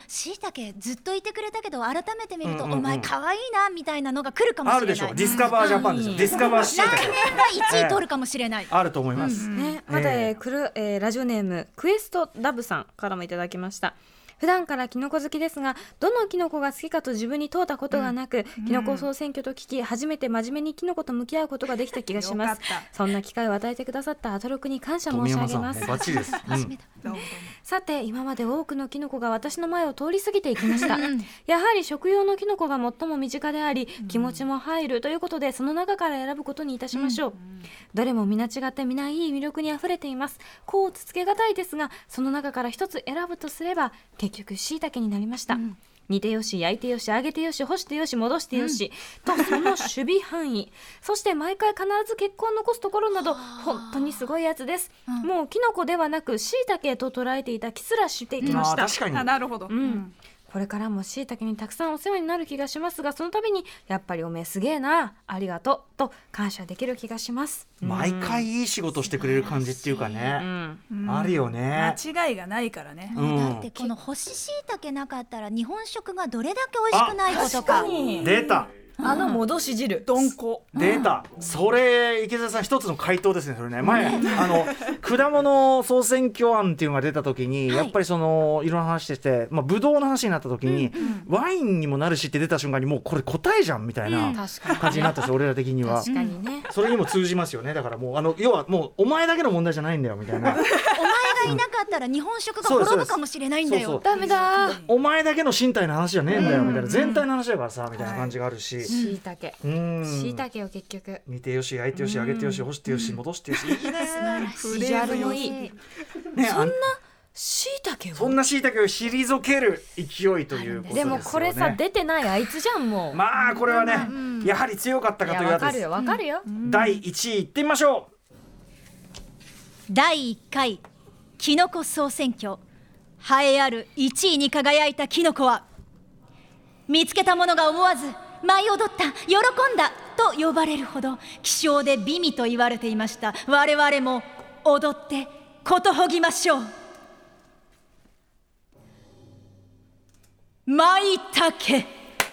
Speaker 2: しいたけずっといてくれたけど改めて見ると、
Speaker 3: うんうんうん
Speaker 2: お前可愛いなみたいなのが来るかもしれな
Speaker 3: あ
Speaker 2: い
Speaker 3: るでしょうディスカバージャパンでしょディスカバーシータ
Speaker 2: 来年が1位取るかもしれない、
Speaker 3: あると思います、
Speaker 4: ね、また、えーくるえーラジオネームクエストダブさんからもいただきました普段からキノコ好きですがどのキノコが好きかと自分に問うたことがなく、キノコ総選挙と聞き初めて真面目にキノコと向き合うことができた気がしま
Speaker 5: よ
Speaker 4: す
Speaker 5: かった
Speaker 4: そんな機会を与えてくださったアトロクに感謝申
Speaker 3: 富
Speaker 4: し
Speaker 3: 山
Speaker 4: 上げ
Speaker 3: さん
Speaker 4: ま
Speaker 3: も
Speaker 4: す
Speaker 3: バッチリです、うん
Speaker 5: どうもどうも
Speaker 4: さて今まで多くのキノコが私の前を通り過ぎていきましたやはり食用のキノコが最も身近であり気持ちも入るということでその中から選ぶことにいたしましょう、どれも皆違って皆いい魅力にあふれていますこうつつけがたいですがその中から一つ選ぶとすれば結局しいたけになりました、煮てよし焼いてよし揚げてよし干してよし戻してよし、とその守備 範囲そして毎回必ず結婚を残すところなど本当にすごいやつです、もうキノコではなくしいたけと捉えていた気すらしていきま
Speaker 3: あ
Speaker 4: し
Speaker 3: ー
Speaker 4: た、
Speaker 3: 確かに
Speaker 5: あなるほど
Speaker 4: うんこれからもしいたけにたくさんお世話になる気がしますがその度にやっぱりおめえすげえなありがとうと感謝できる気がします
Speaker 3: 毎回いい仕事してくれる感じっていうか
Speaker 4: う
Speaker 3: ね、
Speaker 4: ん
Speaker 5: うん
Speaker 3: あるよね
Speaker 5: 間違いがないからね
Speaker 3: うん
Speaker 2: だってこの干し椎茸なかったら日本食がどれだけ美味しくないことか
Speaker 3: 出た
Speaker 6: あの戻し汁
Speaker 5: どんこ
Speaker 3: 出た、それ池澤さん一つの回答ですねそれね前あの果物総選挙案っていうのが出た時に、
Speaker 2: はい
Speaker 3: やっぱりそのいろんな話してて、まあ、ブドウの話になった時に、ワインにもなるしって出た瞬間にもうこれ答えじゃんみたいな
Speaker 4: 確かに
Speaker 3: 感じになったんですよ、俺ら的には。
Speaker 4: 確かにね
Speaker 3: それにも通じますよねだからもうあの要はもうお前だけの問題じゃないんだよみたいな
Speaker 2: お前がいなかったら日本食が滅ぶかもしれないんだ
Speaker 3: そう
Speaker 2: よ
Speaker 3: そう
Speaker 4: ダメだ
Speaker 3: お前だけの身体の話じゃねえんだよみたいな全体の話だからさみたいな感じがあるし、
Speaker 4: しいたけ
Speaker 3: うん
Speaker 4: しいたけを結局
Speaker 3: 見てよし焼いてよし揚げてよし干してよし戻してよしいいねフレーズよし
Speaker 2: いい
Speaker 3: ねあん
Speaker 6: しいたけ
Speaker 3: そんな椎茸を退ける勢いということですよね。
Speaker 4: でもこれさ出てないあいつじゃんもう、
Speaker 3: まあこれはね、やはり強かったかと
Speaker 4: い
Speaker 3: い
Speaker 4: や
Speaker 3: う
Speaker 4: わ
Speaker 3: や
Speaker 4: か
Speaker 3: つ
Speaker 4: る
Speaker 3: です
Speaker 4: よ。わかるよ、
Speaker 3: 第一位いってみましょ
Speaker 2: 第1回キノコ総選挙栄えある1位に輝いたキノコは見つけたものが思わず舞い踊った喜んだと呼ばれるほど希少で美味と言われていました我々も踊ってことほぎましょう舞茸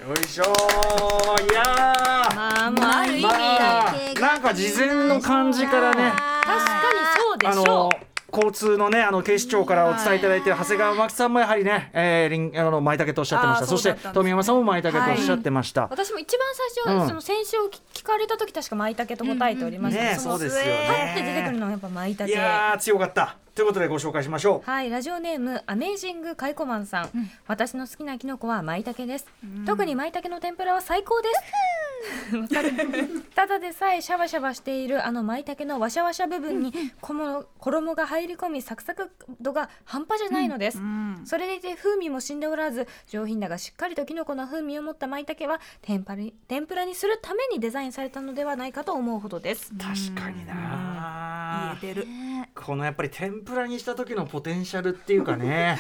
Speaker 3: う。よいしょーいやーま
Speaker 4: まあまあある意味、
Speaker 3: あなんか事前の感じからね
Speaker 4: 確かにそうで
Speaker 3: あ
Speaker 4: しょ
Speaker 3: の交通のねあの警視庁からお伝えいただいている長谷川真紀さんもやはりね、えー、りんあの舞茸とおっしゃってました
Speaker 5: あー
Speaker 3: そ
Speaker 5: そう
Speaker 3: し
Speaker 5: だった
Speaker 3: て
Speaker 5: んですね
Speaker 3: 富山さんも舞茸とおっしゃってました、
Speaker 4: 私も一番最初、
Speaker 3: うん
Speaker 4: その先週を聞かれた時確か舞茸と答えておりました、
Speaker 3: ね
Speaker 4: そ
Speaker 3: そ
Speaker 4: の
Speaker 3: うですよ
Speaker 4: パって出てくる
Speaker 3: ね
Speaker 4: のはやっぱ舞
Speaker 3: い
Speaker 4: 茸
Speaker 3: やー強かったということでご紹介しましょう
Speaker 4: はい、ラジオネームアメージングカイコマンさん、私の好きなキノコは舞茸です、特に舞茸の天ぷらは最高ですわかる ただでさえシャバシャバしているあの舞茸のワシャワシャ部分にこも衣が入り込みサクサク度が半端じゃないのです、
Speaker 5: うん
Speaker 4: それでいて風味も死んでおらず上品だがしっかりとキノコの風味を持った舞茸は天ぷらに天ぷらにするためにデザインされたのではないかと思うほどです、
Speaker 3: 確かにな
Speaker 5: 言えてる
Speaker 3: このやっぱり天ぷらにした時のポテンシャルっていうかね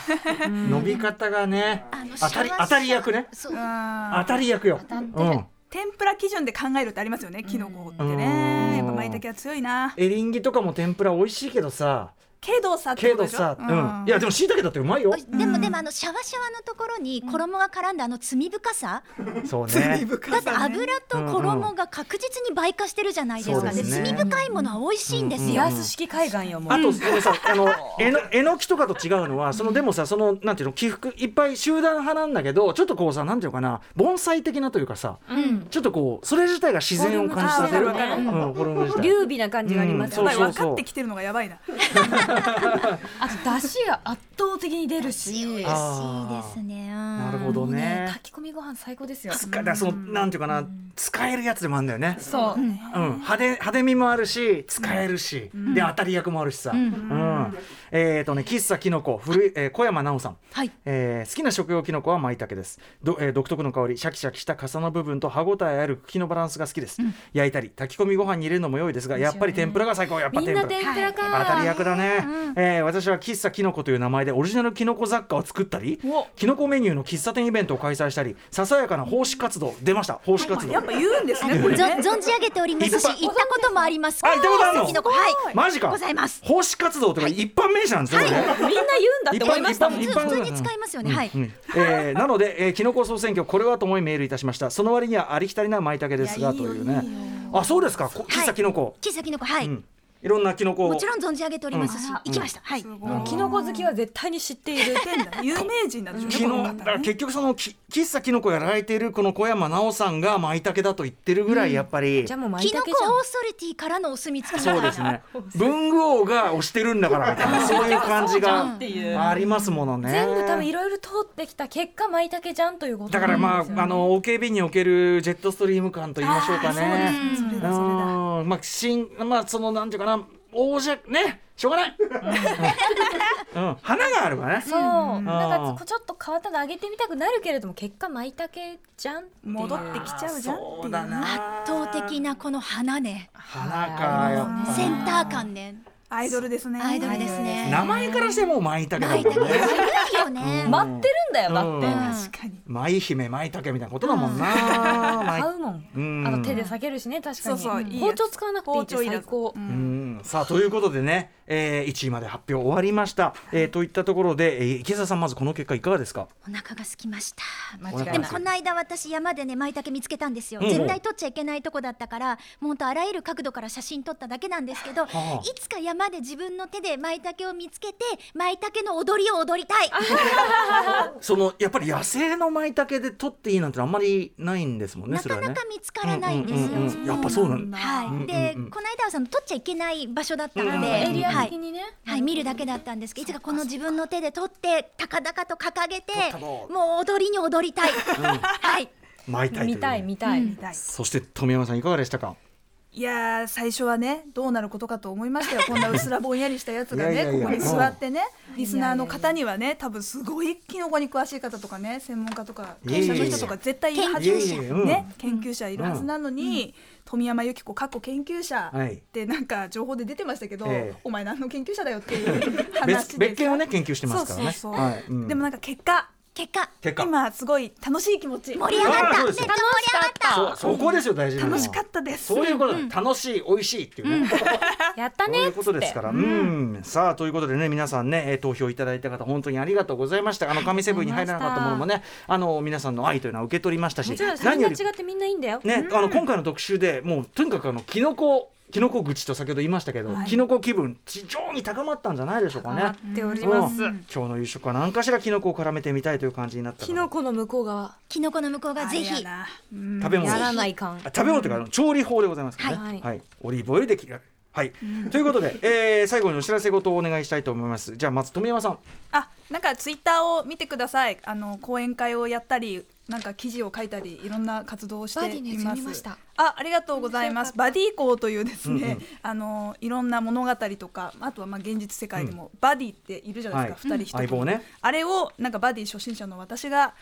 Speaker 3: 伸び方がね当たり当たり役ね
Speaker 2: そう
Speaker 3: 当たり役よ、うん、
Speaker 5: 天ぷら基準で考えるってありますよねキノコって
Speaker 3: うん
Speaker 5: ねやっぱ舞茸は強いな
Speaker 3: エリンギとかも天ぷら美味しいけどさ
Speaker 5: けどさって
Speaker 3: け
Speaker 5: こ
Speaker 3: ど
Speaker 5: とでしょ
Speaker 3: さ、うん
Speaker 5: うん
Speaker 3: いやでも椎茸だってうまいよ
Speaker 2: でもでもあのシャワシャワのところに衣が絡んだあの罪深さ、
Speaker 3: そうね
Speaker 2: だって油と衣が確実に倍化してるじゃないですか、
Speaker 3: うんうんそうですね
Speaker 2: で罪深いものは美味しいんですよ、
Speaker 3: うんうん
Speaker 6: リアス式海岸よもう
Speaker 3: あとそのさあのえのえのきとかと違うのはそのでもさそのなんていうの起伏いっぱい集団派なんだけどちょっとこうさなんていうのかな盆栽的なというかさ
Speaker 4: うん、
Speaker 3: ちょっとこうそれ自体が自然を感じさせる
Speaker 5: フォルムがね
Speaker 3: うんフォルム自体
Speaker 6: 劉備な感じがあります
Speaker 3: う
Speaker 6: よ
Speaker 3: ん
Speaker 5: や
Speaker 6: ね
Speaker 5: ば
Speaker 3: そうそう
Speaker 5: い分
Speaker 3: そう
Speaker 5: かってきてるのがやばいな
Speaker 6: あと出汁が圧倒的に出るし
Speaker 2: 強いで
Speaker 3: あー
Speaker 2: すね。
Speaker 3: な
Speaker 2: な
Speaker 3: るほどね
Speaker 6: 炊き込みご飯最高ですよ
Speaker 3: 使だからそのなんていうかな使えるやつでもあるんだよね。
Speaker 6: そう
Speaker 3: うん、派手派手みもあるし使えるし、で当たり役もあるしさ、うんえっ、とね喫茶きのこ古い、えー小山奈緒さん、
Speaker 2: はい。
Speaker 3: えー好きな食用きのこは舞茸ですど、えー独特の香りシャキシャキした傘の部分と歯ごたえある茎のバランスが好きです、焼いたり炊き込みご飯に入れるのも良いですがやっぱり天ぷらが最高やっぱ
Speaker 4: みん
Speaker 3: 天
Speaker 4: な
Speaker 3: ぷら
Speaker 4: 天ぷらか、
Speaker 3: 当たり役だね、えー私は喫茶きのこという名前でオリジナルきのこ雑貨を作ったりきのこメニューの喫茶店イベントを開催したりささやかな奉仕活動出ました奉仕活動、
Speaker 5: やっぱ言うんです
Speaker 2: あ
Speaker 5: ね
Speaker 2: の
Speaker 5: これ
Speaker 2: ぞ
Speaker 5: ね
Speaker 2: 存じ上げておりますし、
Speaker 3: いっぱい
Speaker 2: 行ったこともあります。
Speaker 3: あ行ったことあるの
Speaker 2: このはい。
Speaker 3: マジか
Speaker 2: ございます。
Speaker 3: 奉仕活動というか一般名詞なんですよ、これね
Speaker 6: みんな言うんだって思いましたもん
Speaker 3: 一
Speaker 2: 普
Speaker 3: 般
Speaker 2: 通に使いますよね。はい。
Speaker 3: うんえーなので、えー、キノコ総選挙これはと思いメールいたしましたその割にはありきたりな舞茸ですがというねあそうですかこ喫茶キノコ、
Speaker 2: キサキノコはいい。
Speaker 3: う
Speaker 2: も
Speaker 3: ん、いろんなキノコを
Speaker 2: ちろん存じ上げておりますし、行きました。はい。
Speaker 6: キノコ好きは絶対に知っている
Speaker 5: 言ってんだ有名人なんでし
Speaker 3: 昨
Speaker 5: ょ
Speaker 3: 日
Speaker 5: この
Speaker 3: だ
Speaker 5: 方
Speaker 3: から
Speaker 5: ね
Speaker 3: 結局そのき喫茶キノコやられているこの小山奈緒さんが舞茸だと言ってるぐらいやっぱり、
Speaker 4: じゃあもう舞
Speaker 2: キノ
Speaker 4: 茸
Speaker 2: コ
Speaker 4: じ
Speaker 2: オーソリティからのお墨付きみたい
Speaker 3: そう
Speaker 2: な
Speaker 3: ですね文具王が推してるんだからみたいなそういう感じ
Speaker 6: そうじゃんっていう
Speaker 3: がありますものね
Speaker 4: ゃん全部多分いろいろ通ってきた結果舞茸じゃんということ
Speaker 3: だからまあ、
Speaker 4: なんですよね
Speaker 3: あの OKB におけるジェットストリーム感と言いましょうかね。
Speaker 5: それ
Speaker 3: う
Speaker 5: だそれだ
Speaker 3: んまあ新まあそのなんていうかな王者ねしょうがない。うんうん花があればね。
Speaker 4: そう、なん
Speaker 3: う
Speaker 4: か
Speaker 3: ん
Speaker 4: ちょっと変わったのあげてみたくなるけれども結果舞茸じゃんっていう
Speaker 5: 戻ってきちゃうじゃんっていう
Speaker 3: な
Speaker 2: 圧倒的なこの花ね。
Speaker 3: 花かやっぱ
Speaker 2: センター感ね。
Speaker 5: アイドルですね
Speaker 2: アイドルですね
Speaker 3: 名前からしてもう舞茸だ
Speaker 2: 舞
Speaker 3: も
Speaker 2: 茸
Speaker 3: ん
Speaker 2: が
Speaker 3: ね
Speaker 2: いよね
Speaker 6: 待ってるんだよだって
Speaker 3: う
Speaker 2: うん
Speaker 3: ん
Speaker 5: 確かに
Speaker 3: 舞姫舞茸みたいなことだもんな舞
Speaker 4: 合うもん
Speaker 3: うん
Speaker 4: あと手で裂けるしね確かに
Speaker 5: そうそういいやつ
Speaker 4: 包丁使わなくていいって最高
Speaker 5: う
Speaker 3: うんんさあということでね、えー、1位まで発表終わりました、えーといったところで、えー池澤さんまずこの結果いかがですか
Speaker 2: お腹が空きました
Speaker 6: 間
Speaker 3: 違いない
Speaker 2: でもこの間私山でね舞茸見つけたんですよ、
Speaker 3: うんうん
Speaker 2: 絶対撮っちゃいけないとこだったからもうほんとあらゆる角度から写真撮っただけなんですけど、
Speaker 3: あ
Speaker 2: いつか山で自分の手で舞茸を見つけて舞茸の踊りを踊りたい
Speaker 3: そのやっぱり野生の舞茸で取っていいなんてあんまりないんですもんね
Speaker 2: な
Speaker 3: それ
Speaker 2: か
Speaker 3: は
Speaker 2: な
Speaker 3: ね
Speaker 2: か見つからないんですよ、
Speaker 3: うんうんうんやっぱそうなんだ
Speaker 2: はい、
Speaker 3: うんうんうん
Speaker 2: でこの間はその撮っちゃいけない場所だった
Speaker 3: うん
Speaker 2: の
Speaker 3: うん
Speaker 2: で、
Speaker 3: うんうん
Speaker 4: エリア
Speaker 2: は
Speaker 4: 的
Speaker 2: い、
Speaker 4: にね
Speaker 2: はい、見るだけだったんですけどいつかこの自分の手で撮って高々と掲げて
Speaker 3: 撮ったぞ
Speaker 2: もう踊りに踊りたい、はい
Speaker 3: 舞茸というね
Speaker 4: 見たい見たい、
Speaker 2: うん
Speaker 5: 見たい
Speaker 3: そして富山さんいかがでしたか
Speaker 5: いやー最初はねどうなることかと思いましたよこんなうっすらぼんやりしたやつが
Speaker 3: いや
Speaker 5: ね
Speaker 3: いやいや
Speaker 5: ここに座ってねリスナーの方にはね多分すごいキノコに詳しい方とかね専門家とか
Speaker 3: いや
Speaker 5: 会
Speaker 3: いや
Speaker 5: 社
Speaker 3: いや
Speaker 5: の人とか絶対いるはず
Speaker 3: 研究者いやいやいやうん
Speaker 5: ね研究者いるはずなのに富山由紀子かっこ研究者
Speaker 3: はい
Speaker 5: ってなんか情報で出てましたけど
Speaker 3: ええ
Speaker 5: お前何の研究者だよっていう 話
Speaker 3: 別
Speaker 5: で
Speaker 3: 別件をね研究してますからね
Speaker 5: そうそうそう
Speaker 3: はいうん
Speaker 5: でもなんか結果
Speaker 2: 結果
Speaker 3: 結果
Speaker 5: 今すごい楽しい気持ち
Speaker 2: 盛り上がっ
Speaker 3: あ
Speaker 2: た
Speaker 3: ーそう
Speaker 2: め
Speaker 3: で
Speaker 2: っ
Speaker 3: す
Speaker 2: ちゃ盛り
Speaker 3: よ
Speaker 2: 上がった
Speaker 3: そうそこですよ大事なのは
Speaker 5: 楽しかったです
Speaker 3: そういうことだ楽しい美味しいっていうね
Speaker 4: やった
Speaker 3: そう
Speaker 4: ね
Speaker 3: い
Speaker 4: ーっ
Speaker 3: う
Speaker 4: つ
Speaker 3: こ
Speaker 4: って
Speaker 3: とですから、うん、さあということでね皆さんねえー投票いただいた方本当にありがとうございましたあの紙セブンに入らなかったものもねあの皆さんの愛というのは受け取りましたし
Speaker 4: もちろんそれ
Speaker 3: 何
Speaker 4: が
Speaker 3: よ
Speaker 4: 違
Speaker 3: り
Speaker 4: ってみんないいんだよ、
Speaker 3: ねあの今回の特集でもうとにかくあのキノコキノコ口と先ほど言いましたけど、
Speaker 5: はい
Speaker 3: キノコ気分非常に高まったんじゃないでしょうかね
Speaker 4: 上がっております、
Speaker 3: うん今日の夕食は何かしらキノコを絡めてみたいという感じになった
Speaker 4: キ
Speaker 3: の
Speaker 4: ノコの向こう側
Speaker 2: キノコの向こうがぜ
Speaker 5: あれ
Speaker 2: ひ
Speaker 5: やなうん
Speaker 3: 食べ物
Speaker 4: やらないかん
Speaker 3: あ食べ物というかあの調理法でございますからね、は
Speaker 4: はいい
Speaker 3: オリーブオイルで切らはい、ということで、えー最後にお知らせ事をお願いしたいと思いますじゃあまず富山さん
Speaker 5: あなんかツイッターを見てくださいあの講演会をやったりなんか記事を書いたりいろんな活動をして
Speaker 6: バ
Speaker 5: います
Speaker 6: ディのやつ読みました
Speaker 5: あありがとうございますバディ校というですね、あのいろんな物語とかあとはまあ現実世界でも、バディっているじゃないですか、
Speaker 3: はい
Speaker 5: 二人一
Speaker 3: 相
Speaker 5: 組、
Speaker 3: 棒ね
Speaker 5: あれをなんかバディ初心者の私が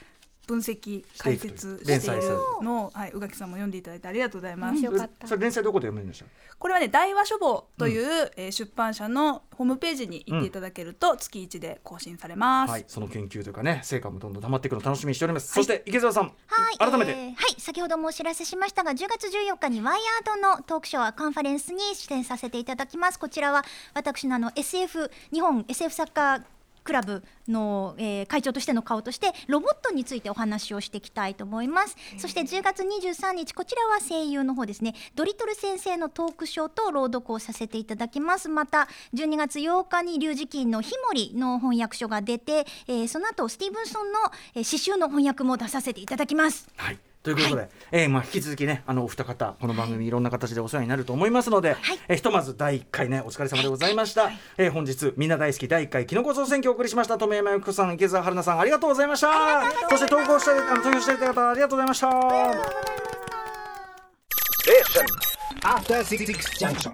Speaker 5: 分析解説
Speaker 3: 連
Speaker 5: してい
Speaker 3: 載
Speaker 5: る
Speaker 3: する
Speaker 5: のをはい宇垣さんも読んでいただいてありがとうございます、
Speaker 6: よかった
Speaker 3: それ連載どこで読めるんでしょう
Speaker 5: これはね大和書房という、えー出版社のホームページに行っていただけると、月一で更新されます、
Speaker 3: はい、その研究というかね成果もどんどん溜まっていくのを楽しみにしております、そして池澤さん、
Speaker 2: はい、
Speaker 3: 改めて、
Speaker 2: えーはい、先ほどもお知らせしましたが、10月14日にワイヤードのトークショー、カンファレンスに出演させていただきます。こちらは私のあの SF 日本 SF サッカークラブの、えー会長としての顔としてロボットについてお話をしていきたいと思います。そして10月23日こちらは声優の方ですね。ドリトル先生のトークショーと朗読をさせていただきます。また12月8日に龍神金の日森の翻訳書が出て、えーその後スティーブンソンの、えー詩集の翻訳も出させていただきます。
Speaker 3: はいということで、えーまあ、引き続きねあのお二方この番組いろんな形でお世話になると思いますので、えーひとまず第1回ねお疲れ様でございました、えー本日みんな大好き第1回きのこ総選挙をお送りしました富山由紀子さん池澤春菜さんありがとうございましたそして投稿してあの投票していただいた方ありがとうございました
Speaker 8: After Six Junction.